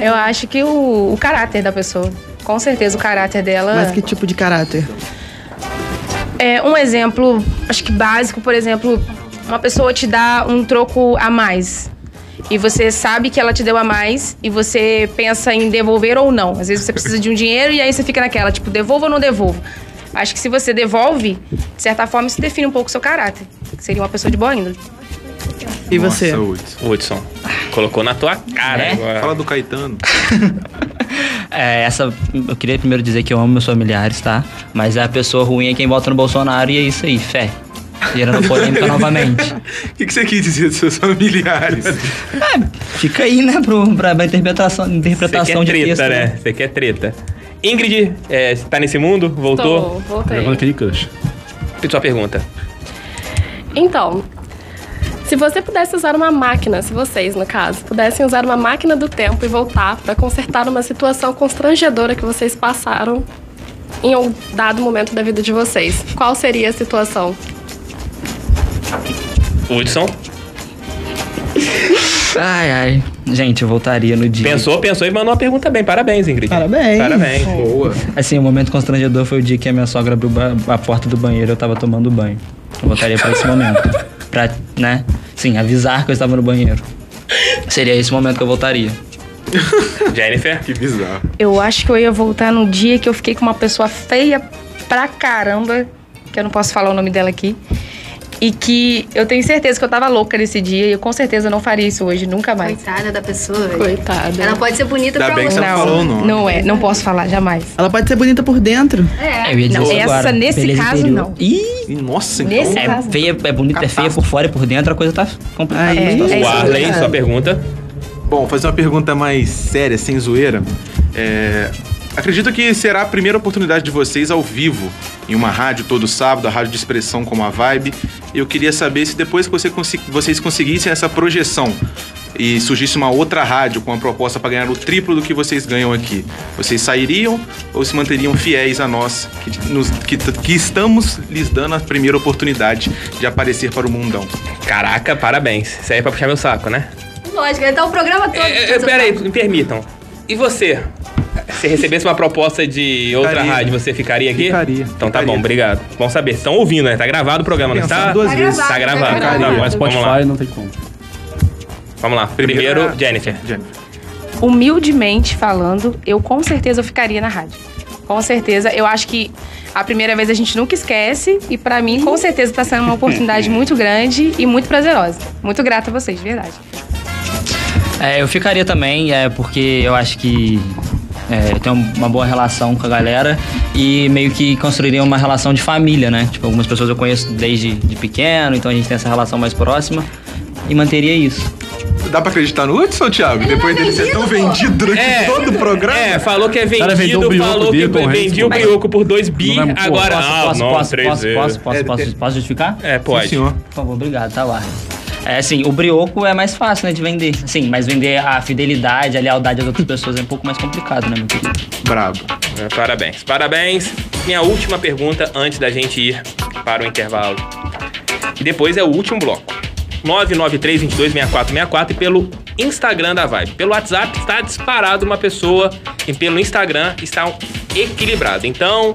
Eu acho que o, o caráter da pessoa. Com certeza o caráter
Ah.
dela.
Mas que tipo de caráter?
É, um exemplo, acho que básico, por exemplo, uma pessoa te dá um troco a mais. E você sabe que ela te deu a mais e você pensa em devolver ou não. Às vezes você precisa de um dinheiro e aí você fica naquela, tipo, devolvo ou não devolvo. Acho que se você devolve, de certa forma, isso define um pouco o seu caráter. que Seria uma pessoa de boa índole.
E você?
Hudson. Hudson. Colocou na tua cara
É?
agora.
Fala
do Caetano.
É, essa. Eu queria primeiro dizer que eu amo meus familiares, tá? Mas a pessoa ruim é quem vota no Bolsonaro e é isso aí, fé.
*laughs*
Gerando polêmica novamente.
*laughs* O que, que você quis dizer dos seus familiares?
Fica aí, né, pro, pra, pra interpretação, interpretação
Você quer
de
treta,
texto.
né? Você quer treta. Ingrid, é, você tá nesse mundo? Voltou?
Tô, voltei. Jogando
Candy Crush. Sua pergunta.
Então, se você pudesse usar uma máquina, se vocês, no caso, pudessem usar uma máquina do tempo e voltar para consertar uma situação constrangedora que vocês passaram em um dado momento da vida de vocês, qual seria a situação?
Hudson.
Ai, ai. Gente, eu voltaria no dia.
Pensou, pensou e mandou uma pergunta bem. Parabéns, Ingrid.
Parabéns.
Parabéns.
Boa. Assim, o momento constrangedor foi o dia que a minha sogra abriu ba- a porta do banheiro e eu tava tomando banho. Eu voltaria pra esse momento. Pra, né? Sim, avisar que eu estava no banheiro. Seria esse momento que eu voltaria.
Jennifer?
*laughs* Que bizarro.
Eu acho que eu ia voltar no dia que eu fiquei com uma pessoa feia pra caramba, que eu não posso falar o nome dela aqui. E que eu tenho certeza que eu tava louca nesse dia e eu com certeza não faria isso hoje, nunca mais.
Coitada da pessoa, velho.
Coitada.
Ela pode ser bonita pra outra.
não, Não é, não posso falar, jamais.
Ela pode ser bonita por dentro.
É, eu ia dizer Não, isso essa agora. nesse Beleza caso, interior. não.
Ih!
Nossa,
então- Nesse
é
caso.
feia, é bonita, é feia por fora e por dentro, a coisa tá complicada.
Aí.
A
É,
situação.
é isso Warley, mesmo. sua
pergunta.
Bom, fazer uma pergunta mais séria, sem zoeira. É, Acredito que será a primeira oportunidade de vocês ao vivo, em uma rádio todo sábado, a rádio de expressão como a Vibe. Eu queria saber se depois que você consi- vocês conseguissem essa projeção e surgisse uma outra rádio com uma proposta para ganhar o triplo do que vocês ganham aqui, vocês sairiam ou se manteriam fiéis a nós, que, nos- que t- que estamos lhes dando a primeira oportunidade de aparecer para o mundão?
Caraca, parabéns. Isso aí é pra puxar meu saco, né?
Lógico, ele tá o programa todo.
É, é, peraí,
tá-
me permitam. E você? Se recebesse uma proposta de outra rádio, você ficaria aqui? Ficaria. Então tá bom, obrigado. Bom saber. Estão ouvindo, né? Tá gravado o programa, não
Pensado
está?
duas Tá vezes.
Tá
gravado,
gravado.
tá
Tá
gravado.
bom,
Mas
vamos
Spotify
lá.
não tem como.
Vamos lá. Primeiro, Jennifer.
Humildemente falando, eu com certeza ficaria na rádio. Com certeza, eu acho que a primeira vez a gente nunca esquece e pra mim com certeza tá sendo uma oportunidade muito grande e muito prazerosa. Muito grata a vocês, de verdade.
É, eu ficaria também, é, porque eu acho que é, eu tenho uma boa relação com a galera e meio que construiria uma relação de família, né? Tipo, algumas pessoas eu conheço desde de pequeno, então a gente tem essa relação mais próxima e manteria isso.
Dá pra acreditar no Hudson, Thiago? Depois dele ser tão vendido durante
É.
todo o programa?
É, falou que é
Cara, vendeu o
vendido,
brioco
falou que
dele com o
vendia o
Hans, pô.
brioco por 2 bi,
Não vai- pô,
agora
posso,
ah,
posso,
não,
posso,
três
posso,
vezes.
posso, posso, posso, posso justificar?
É, pode. Sim, senhor.
Por favor, obrigado, tá lá. É assim, o brioco é mais fácil, né, de vender. Sim, mas vender a fidelidade, a lealdade das outras pessoas é um pouco mais complicado, né, meu querido?
Brabo.
É, Parabéns, parabéns. Minha última pergunta antes da gente ir para o intervalo. E depois é o último bloco. 993-226464 e pelo Instagram da Vibe. Pelo WhatsApp está disparado uma pessoa e pelo Instagram está um equilibrado. Então,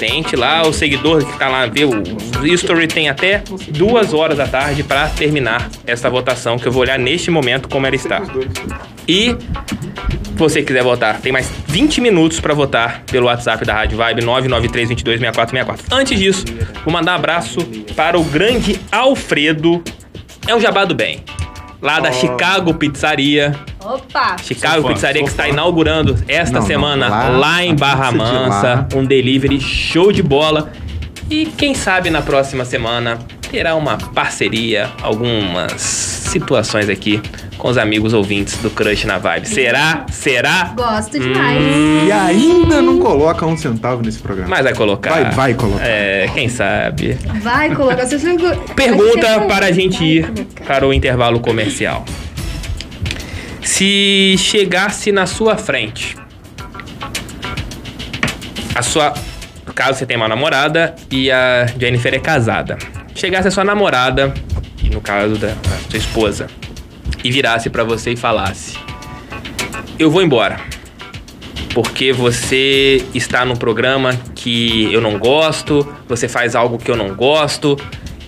tente lá, o seguidor que está lá, vê o history, tem até duas horas da tarde para terminar essa votação que eu vou olhar neste momento como ela está. E se você quiser votar, tem mais 20 minutos pra votar pelo WhatsApp da Rádio Vibe 993226464. Antes disso, vou mandar um abraço para o grande Alfredo. É um jabá do bem. Lá da
Oh.
Chicago Pizzaria.
Opa!
Chicago
Sou fã,
Pizzaria
sou
que está
fã.
inaugurando esta
Não, não,
semana
lá,
lá
a
em Barra
pizza de
Mansa.
lá.
Um delivery show de bola. E quem sabe na próxima semana terá uma parceria, algumas situações aqui com os amigos ouvintes do Crush na Vibe. Será? Será?
Gosto demais.
Hum.
E ainda não coloca um centavo nesse programa.
Mas vai colocar.
Vai- vai colocar.
É, quem sabe.
Vai colocar. Você
Pergunta para a gente ir para o intervalo comercial. Se chegasse na sua frente, a sua. Caso você tenha uma namorada e a Jennifer é casada. Chegasse a sua namorada, e no caso da, da sua esposa, e virasse pra você e falasse: Eu vou embora. Porque você está num programa que eu não gosto, você faz algo que eu não gosto,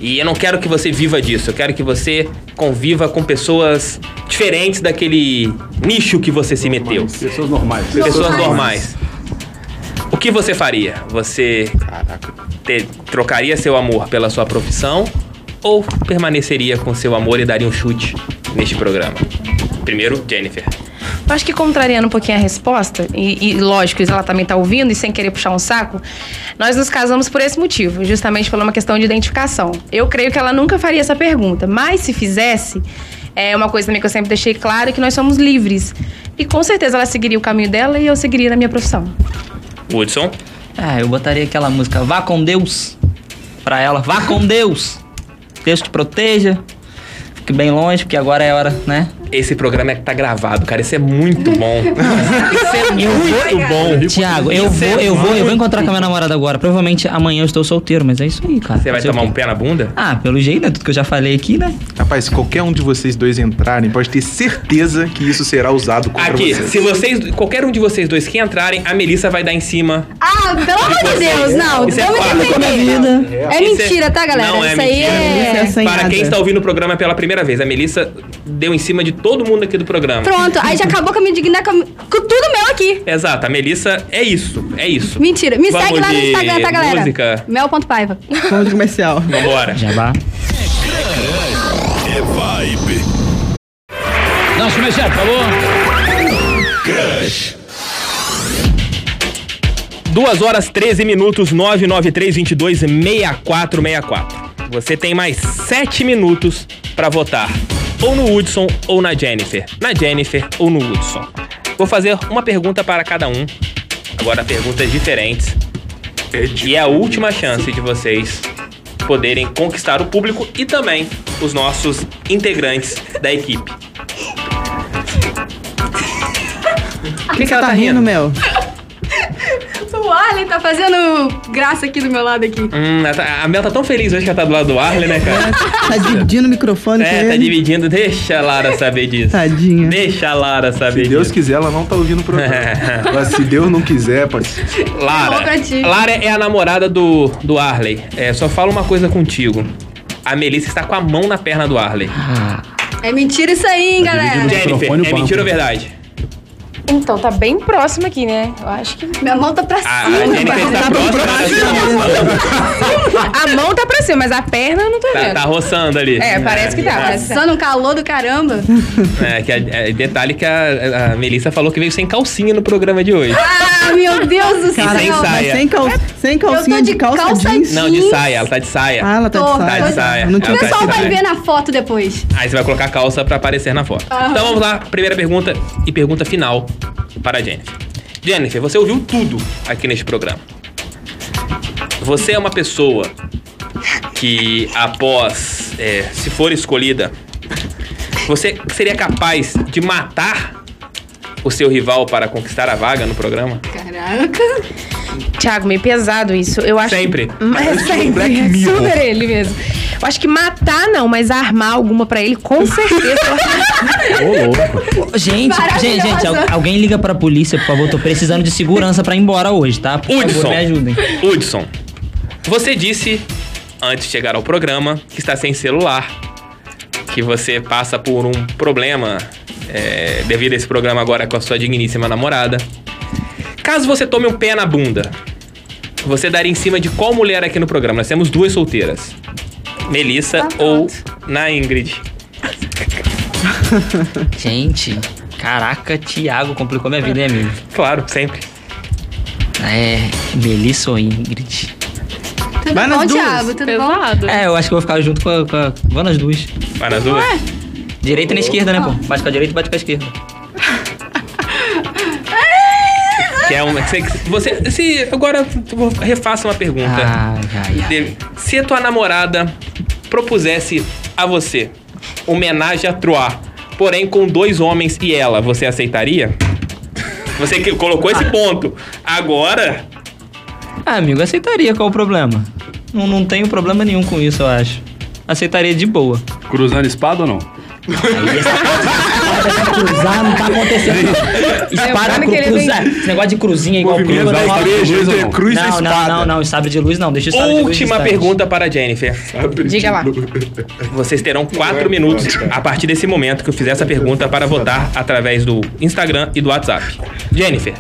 e eu não quero que você viva disso. Eu quero que você conviva com pessoas diferentes daquele nicho que você se meteu.
Pessoas normais.
Pessoas normais. O que você faria? Você te- trocaria seu amor pela sua profissão ou permaneceria com seu amor e daria um chute neste programa? Primeiro, Jennifer.
Eu acho que contrariando um pouquinho a resposta, e, e lógico, ela também tá ouvindo e sem querer puxar um saco, nós nos casamos por esse motivo, justamente por uma questão de identificação. Eu creio que ela nunca faria essa pergunta, mas se fizesse, é uma coisa também que eu sempre deixei claro é que nós somos livres. E com certeza ela seguiria o caminho dela e eu seguiria na minha profissão.
Woodson?
Ah, eu botaria aquela música Vá com Deus pra ela. Vá com Deus. Deus te proteja. Fique bem longe, porque agora é hora, né?
Esse programa é que tá gravado, cara. Isso é muito
*laughs*
bom.
Eu
muito bom.
Tiago, eu vou, eu vou, eu vou encontrar com a minha namorada agora. Provavelmente amanhã eu estou solteiro, mas é isso aí, cara.
Você vai
Fazer o
tomar
quê?
um pé na bunda?
Ah, pelo jeito, né? Tudo que eu já falei aqui, né?
Rapaz, se qualquer um de vocês dois entrarem, pode ter certeza que isso será usado contra
Aqui,
vocês.
se vocês. Qualquer um de vocês dois que entrarem, a Melissa vai dar em cima.
Ah, pelo amor de Deus, não.
Isso é
Vamos
fato.
defender.
Isso
É mentira, tá, galera?
Não é
Isso aí
mentira.
é.
Para quem está ouvindo o programa pela primeira vez, a Melissa deu em cima de todo mundo aqui do programa.
*laughs* Pronto, aí já acabou com a minha indignação com com tudo meu aqui.
Exato, a Melissa é isso, é isso.
Mentira. Me
Vamos
segue lá no
de
Instagram, tá, galera?
Música.
Mel.paiva.
Vamos de comercial.
Vambora.
Jabá.
É vibe.
Nosso comercial, por favor.
Crush.
2 horas 13 minutos 993 22 6464. Você tem mais 7 minutos para votar ou no Hudson ou na Jennifer. Na Jennifer ou no Hudson. Vou fazer uma pergunta para cada um. Agora perguntas diferentes. E é a última chance de vocês poderem conquistar o público e também os nossos integrantes da equipe.
Por que, que ela tá rindo, Mel?
*laughs* O Arlen tá fazendo graça aqui do meu lado aqui.
Hum, ela tá- a Mel tá tão feliz hoje que ela tá do lado do Arlen, né, cara?
Tá dividindo o microfone com
É, tá
ele.
dividindo. Deixa a Lara saber
Tá
disso.
Tadinha.
Deixa a Lara saber
Se Deus quiser, ela não tá ouvindo o
*laughs*
programa. Mas se Deus não quiser, pode.
Lara.
Falou pra ti.
Lara é a namorada do, do Arley. É, só falo uma coisa contigo. A Melissa está com a mão na perna do Arley.
É mentira isso aí,
Tá
hein, galera?
Jennifer, é mentira ou verdade?
Então, tá bem próximo aqui, né? Eu acho que.
Minha mão tá pra
Ah,
Tá
A, a Jennifer
Tá
está próxima da sua mão.
*laughs* A mão tá pra cima, mas a perna eu não tô
Tá,
vendo.
tá roçando ali.
É,
*laughs*
parece que tá. parece que tá.
Passando um calor do caramba.
É, que a- é, detalhe que a, a Melissa falou que veio sem calcinha no programa de hoje.
Ah, meu Deus do céu.
sem saia.
sem, cal, sem calcinha de, calça, jeans.
Não, de saia, ela tá de saia.
Ah, ela tá
Tô,
de saia.
Tá de saia.
Não
ela tá
O
de
pessoal vai
saia.
ver na foto depois.
Aí você vai colocar a calça pra aparecer na foto.
Aham.
Então vamos lá, primeira pergunta e pergunta final para a Jennifer. Jennifer, você ouviu tudo aqui neste programa. Você é uma pessoa que após, é, se for escolhida, você seria capaz de matar o seu rival para conquistar a vaga no programa?
Caraca.
Tiago, meio pesado isso. Eu acho.
Sempre.
É sempre. É super ele mesmo. Eu acho que matar não, mas armar alguma pra ele, com certeza.
Gente, gente, gente, al- alguém liga pra polícia, por favor. Tô precisando de segurança pra ir embora hoje, tá? Por favor,
Hudson.
me ajudem.
Hudson, você disse antes de chegar ao programa que está sem celular, que você passa por um problema é, devido a esse programa agora com a sua digníssima namorada. Caso você tome um pé na bunda, você daria em cima de qual mulher aqui no programa? Nós temos duas solteiras: Melissa ou na Ingrid.
Gente, caraca, Tiago complicou minha vida, hein, amigo?
Claro, sempre.
É, Melissa ou Ingrid?
Tudo
Vai nas
bom,
duas.
Thiago? *laughs* Tudo bom?
É, eu acho que eu vou ficar junto com a. Com a vou nas duas.
Vai nas duas?
Direita e na esquerda, né, pô? Bate com a direita e bate com a esquerda.
Que é uma. que Você, que você- se, agora eu vou- refaça uma pergunta.
Então, é. Ah,
De- Se a tua namorada propusesse a você homenagem a Troar, porém com dois homens e ela, você aceitaria? Você que colocou
Ah.
esse ponto. Agora,
Ah, amigo, aceitaria, qual o problema? Não, não tenho problema nenhum com isso, eu acho. Aceitaria de boa.
Cruzando espada ou não?
cruzar não tá acontecendo. *laughs* Espada
Lembrando
com
que ele
cruza.
vem-
Esse negócio de cruzinha igual
Movimento
cruza.
da
não rola.
igreja,
Não,
entre cruz e
não,
espada.
Não, não, não, sabre de luz não, deixa o sabre de luz
última
distante.
pergunta para a Jennifer.
é Diga lá.
Vocês terão quatro minutos a partir desse momento que eu fizer essa pergunta para votar através do Instagram e do WhatsApp. Jennifer,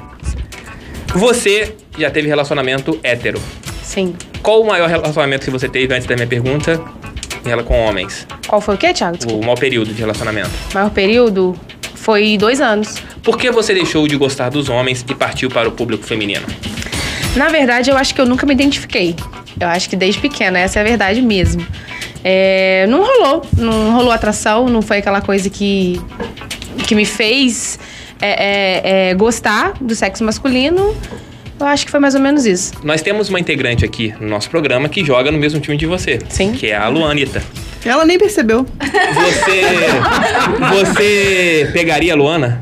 você já teve relacionamento hétero.
Sim.
Qual o maior relacionamento que você teve antes da minha pergunta? Ela com homens.
Qual foi o quê, Thiago?
O maior período de relacionamento.
O maior período foi dois anos.
Por que você deixou de gostar dos homens e partiu para o público feminino?
Na verdade, eu acho que eu nunca me identifiquei. Eu acho que desde pequena, essa é a verdade mesmo. É, não rolou, não rolou atração, não foi aquela coisa que, que me fez é, é, é, gostar do sexo masculino. Eu acho que foi mais ou menos isso.
Nós temos uma integrante aqui no nosso programa que joga no mesmo time de você. Sim. Que é a Luanita.
Ela nem percebeu.
Você. Você pegaria a Luana?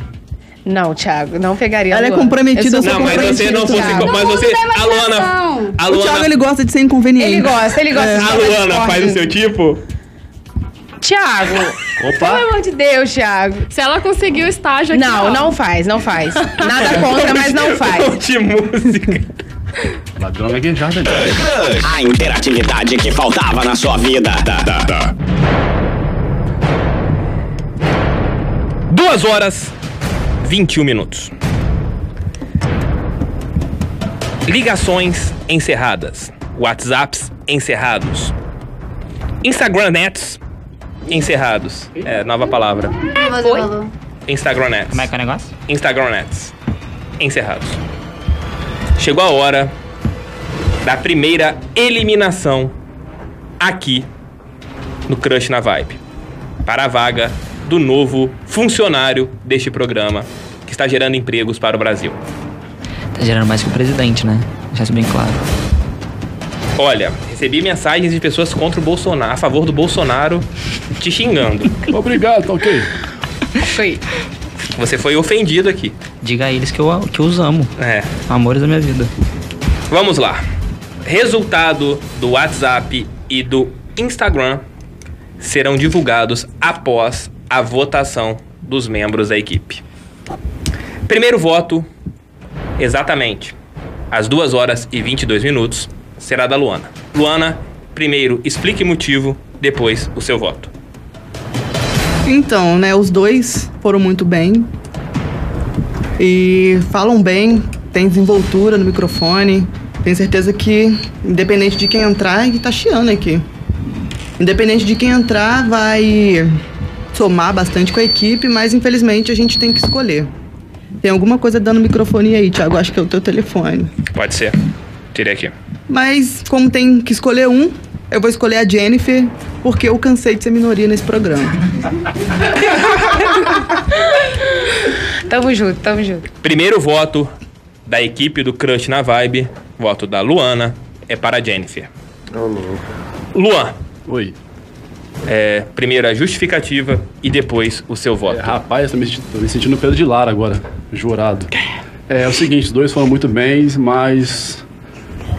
Não, Thiago, não pegaria.
Ela é
Luana.
comprometida, eu sou
Não, mas você não fosse.
Thiago.
Mas você. A Luana. A
O Thiago,
Luana.
ele gosta de ser inconveniente.
Ele gosta, ele
A
gosta de jogar
Luana
discórdia.
faz o seu tipo?
Thiago, pelo
Opa!
amor de Deus, Thiago.
Se ela conseguiu o estágio aqui.
Não, não faz, não faz. Nada contra, mas não faz.
*laughs* De música.
Ladrão é gaguejada.
A interatividade que faltava na sua vida.
Duas horas 21 minutos. Ligações encerradas. WhatsApps encerrados. Instagram nets encerrados. É, nova palavra.
Oi?
Instagram nets.
Como é que é o negócio?
Instagram Nets. Encerrados. Chegou a hora da primeira eliminação aqui no Crush na Vibe. Para a vaga do novo funcionário deste programa que está gerando empregos para o Brasil.
Tá gerando mais que o presidente, né? Deixar isso bem claro.
Olha, recebi mensagens de pessoas contra o Bolsonaro, a favor do Bolsonaro, te xingando.
Obrigado, tá ok.
Foi.
Você foi ofendido aqui.
Diga a eles que eu, que eu os amo.
É.
Amores da minha vida.
Vamos lá. Resultado do WhatsApp e do Instagram serão divulgados após a votação dos membros da equipe. Primeiro voto, exatamente às 2 horas e 22 minutos, será da Luana. Luana, primeiro explique motivo, depois o seu voto.
Então, né, os dois foram muito bem. E falam bem, tem desenvoltura no microfone. Tenho certeza que, independente de quem entrar, ele tá chiando aqui. Independente de quem entrar, vai somar bastante com a equipe, mas infelizmente a gente tem que escolher. Tem alguma coisa dando microfone aí, Thiago? Acho que é o teu telefone.
Pode ser. Tirei aqui.
Mas como tem que escolher um, eu vou escolher a Jennifer, porque eu cansei de ser minoria nesse programa.
Tamo junto, tamo junto.
Primeiro voto da equipe do Crush na Vibe, voto da Luana, é para a Jennifer. Luan.
Oi.
É, primeiro a justificativa e depois o seu voto.
É, Rapaz, tô me, senti- tô me sentindo Pedro de Lara agora, jurado. É, é o seguinte, os dois foram muito bens, mas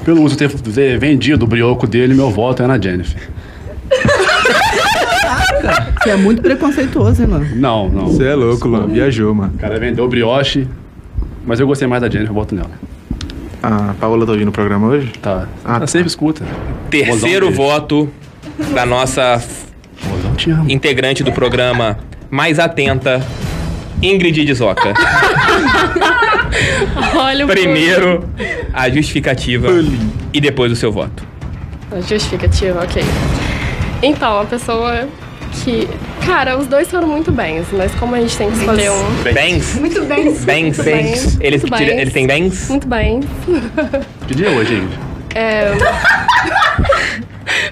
pelo uso ter, ter vendido o brioco dele, meu voto é na Jennifer.
Você é muito preconceituoso, hein, mano?
Não, não. Você
é louco, Luan. Viajou, mano. O
cara vendeu o brioche, mas eu gostei mais da Jennifer, eu voto nela.
A Paola tá ouvindo o programa hoje?
Tá.
Ah,
Ela sempre escuta.
Terceiro
Mozão
voto da nossa f- integrante do programa mais atenta, Ingrid Dizoca.
*laughs* Olha o
Primeiro a justificativa e depois o seu voto.
A Justificativa, ok. Então, a pessoa que. Cara, os dois foram muito bens, mas como a gente tem que escolher um.
Bens.
Muito bens.
Bens.
Muito bens.
Eles,
Muito
tira-
bens.
eles têm bens?
Muito bem.
Que dia é hoje, hein?
É.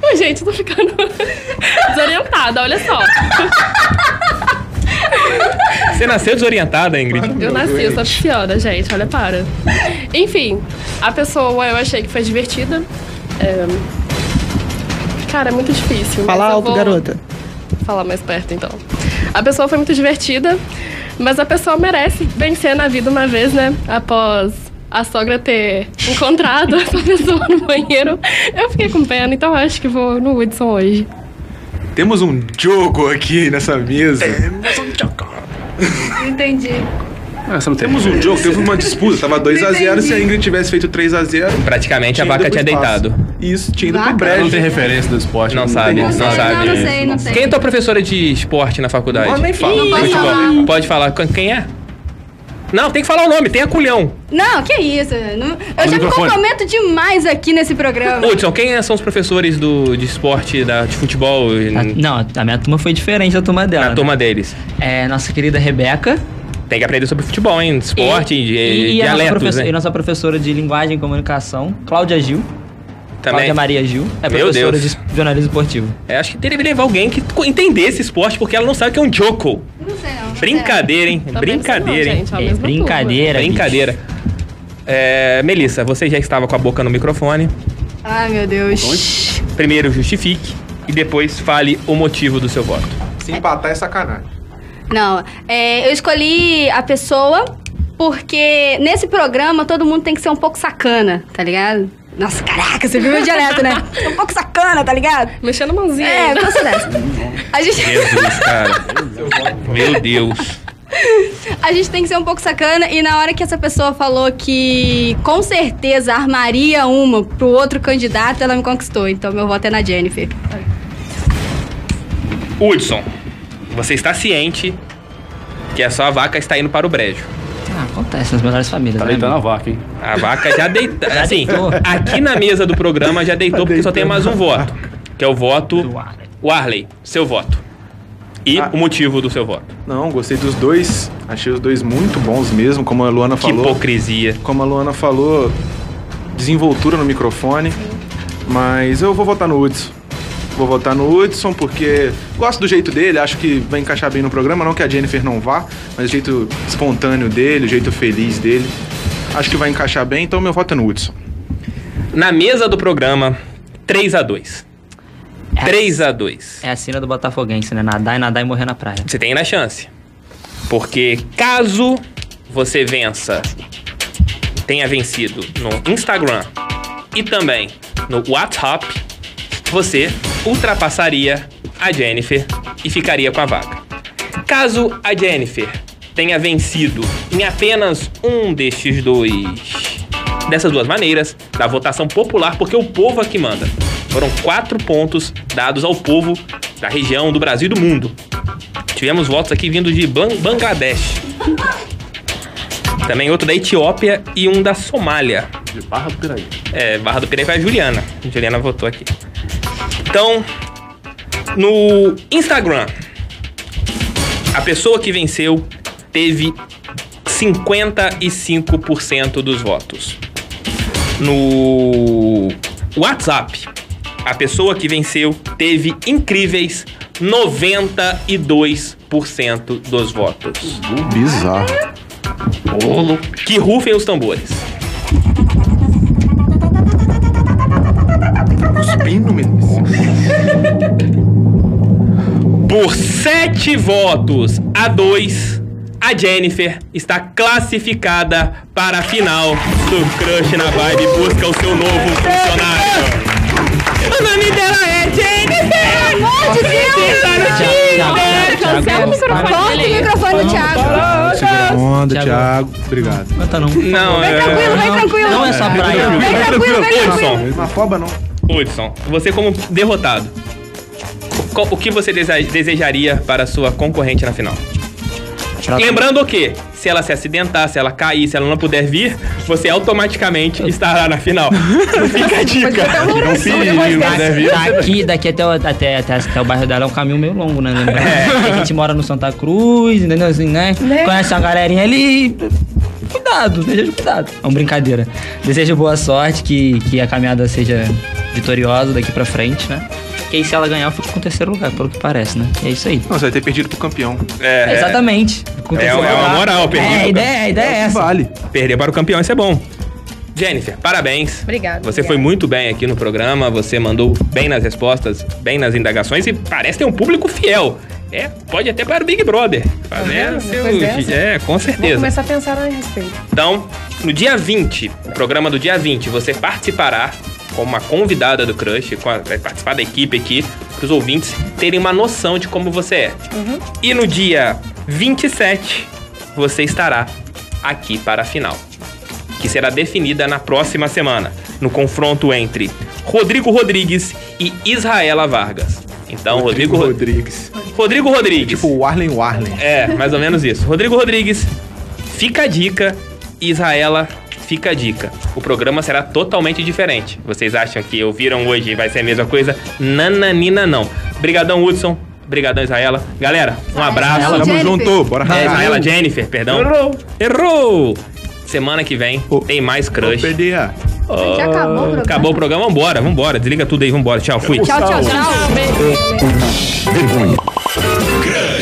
Mas, gente, eu tô ficando desorientada, olha só.
Você nasceu desorientada, Ingrid?
Eu nasci, eu sou pisciana, gente, olha para. Enfim, a pessoa eu achei que foi divertida. É, Cara, é muito difícil. mas
Fala
eu
alto,
vou
garota.
Falar mais perto, então. A pessoa foi muito divertida, mas a pessoa merece vencer na vida uma vez, né? Após a sogra ter encontrado *laughs* essa pessoa no banheiro. Eu fiquei com pena, então acho que vou no Woodson hoje.
Temos um jogo aqui nessa mesa.
É,
Entendi.
Ah,
Temos um jogo, teve uma disputa, tava 2x0, se a Ingrid tivesse feito 3x0.
Praticamente a
Tinha ido
vaca
pro
tinha
espaço.
deitado.
Isso, tinha ido pro
Vaca?
brejo.
Não tem referência
do esporte.
Não, sabe,
tem
não,
noção.
sabe.
Não, não sei, não sei.
Quem é tua professora de esporte na faculdade?
Não, nem fala.
Não pode
Futebol.
falar.
Pode falar. Qu- Quem é? Não, tem que falar o nome, tem a culhão.
Não, que isso. não- eu já me
microfone.
comprometo demais aqui nesse programa.
Hudson, quem são os professores do, de esporte, da, de futebol?
não, a minha turma foi diferente da turma dela.
Na turma deles.
É, nossa querida Rebeca.
Tem que aprender sobre futebol, hein? Esporte, de-
E, e a nossa
dialetos,
professora,
né?
e nossa professora de linguagem e comunicação, Cláudia Gil.
Também.
Cláudia Maria Gil. É
Meu
professora
Deus.
de jornalismo esportivo.
É, acho que deveria levar alguém que co- entendesse esporte, porque ela não sabe o que é um jogo.
Não sei
É.
não.
Brincadeira, hein?
Tá
Também não sei não,
Brincadeira, hein?
gente, é a É mesma
brincadeira, turma.
Brincadeira. É, Melissa, você já estava com a boca no microfone.
Ai, meu Deus.
Primeiro justifique e depois fale o motivo do seu voto.
Se empatar é sacanagem.
Não, é, eu escolhi a pessoa porque nesse programa todo mundo tem que ser um pouco sacana, tá ligado? Nossa, caraca, você viu meu dialeto,
*laughs*
né? Um pouco sacana, tá ligado?
Mexendo a mãozinha.
É, eu sou
*laughs*
dessa. A gente...
Jesus, cara. Meu Deus.
*laughs* A gente tem que ser um pouco sacana e na hora que essa pessoa falou que com certeza armaria uma pro outro candidato, ela me conquistou. Então meu voto é na Jennifer.
Hudson, você está ciente que a sua vaca está indo para o brejo.
Ah, acontece nas melhores famílias.
Tá
né,
deitando
amigo?
a vaca, hein?
A vaca *laughs* já deitou.
Já
assim,
deitou.
aqui na mesa do programa já deitou, porque só tem mais um voto. Que é o voto. O Arley, Ah. seu voto. E o motivo do seu voto.
Não, gostei dos dois. Achei os dois muito bons mesmo, como a Luana falou.
hipocrisia.
Como a Luana falou, desenvoltura no microfone. Mas eu vou votar no Hudson. Vou votar no Hudson porque gosto do jeito dele, acho que vai encaixar bem no programa. Não que a Jennifer não vá, mas o jeito espontâneo dele, o jeito feliz dele. Acho que vai encaixar bem, então meu voto é no Hudson.
Na mesa do programa, 3 a 2 3 a 2
É a cena do Botafoguense, né? Nadar e nadar e morrer na praia.
Você tem ainda a chance. Porque caso você vença, tenha vencido no Instagram e também no WhatsApp, você ultrapassaria a Jennifer e ficaria com a vaga. Caso a Jennifer tenha vencido em apenas um destes dois dessas duas maneiras, da votação popular, porque o povo aqui manda. Foram quatro pontos dados ao povo da região, do Brasil e do mundo. Tivemos votos aqui vindos de Ban- Bangladesh. Também outro da Etiópia e um da Somália.
De Barra do Piraí.
É, Barra do Piraí foi a Juliana. A Juliana votou aqui. Então, no Instagram, a pessoa que venceu teve 55% dos votos. No WhatsApp, a pessoa que venceu teve incríveis 92% dos votos.
Bizarro.
Que rufem os tambores.
Cuspindo, menino.
Por sete votos a dois, a Jennifer está classificada para a final do Crush na Vibe Busca o seu novo funcionário. O nome dela é Jennifer! Pelo
amor de Deus!
Tá no Tinder!
Cancela o microfone. Corta o microfone do Thiago.
Onda, Thiago. Obrigado.
não.
Não, é...
Tranquilo, vem tranquilo.
Não é só praia.
Vem tranquilo, vem tranquilo.
Hudson,
Uma foba não.
Hudson, você como derrotado, qual- o que você dese- desejaria para a sua concorrente na final?
Tá
Lembrando que, se ela se acidentar, se ela cair, se ela não puder vir, você automaticamente estará na
*laughs*
final. Fica a dica.
um
Não
se né?
Tá
Daqui, daqui até, o, até, até, até o bairro dela é um caminho meio longo, né? Lembrando
É.
que A gente mora no Santa Cruz, entendeu? Assim, né? Conhece uma galerinha ali. Cuidado, desejo cuidado. É uma brincadeira. Desejo boa sorte, que, que a caminhada seja vitoriosa daqui pra frente, né? Que aí se ela ganhar, eu fico com o terceiro lugar, pelo que parece, né? E é isso aí.
Não, você vai ter perdido pro campeão.
É,
Exatamente. Com o
É, é
terceiro
uma
lugar.
moral, perder.
É, a ideia, a ideia é essa.
Vale.
Perder para o campeão, isso é bom. Jennifer, parabéns.
Obrigada.
Você foi muito bem aqui no programa, você mandou bem nas respostas, bem nas indagações e parece ter um público fiel É, pode até para o Big Brother. Fazendo
vendo?
seu.
Depois dessa?
É, com
Vou
certeza.
começar a pensar a respeito.
Então, no dia 20, no programa do dia 20, você participará como uma convidada do Crush, com a- vai participar da equipe aqui, para os ouvintes terem uma noção de como você é.
Uhum.
E no dia 27, você estará aqui para a final, que será definida na próxima semana, no confronto entre Rodrigo Rodrigues e Israela Vargas. Então, Rodrigo, Rodrigues. Rodrigo Rodrigues. Tipo
o Arlen Warlen.
É, mais ou menos isso. Rodrigo Rodrigues, fica a dica. Israela, fica a dica. O programa será totalmente diferente. Vocês acham que ouviram hoje e vai ser a mesma coisa? Nananina não. Brigadão, Hudson. Brigadão, Israela. Galera, um abraço.
Israela, Tamo Jennifer. junto, bora
É,
arrasar.
Israela Jennifer, perdão.
Errou.
Errou. Semana que vem tem mais crush.
Já acabou o programa?
Acabou o programa, vambora, vambora. Desliga tudo aí, vambora. Tchau, fui.
Tchau, tchau, tchau.
Vergonha. Crush.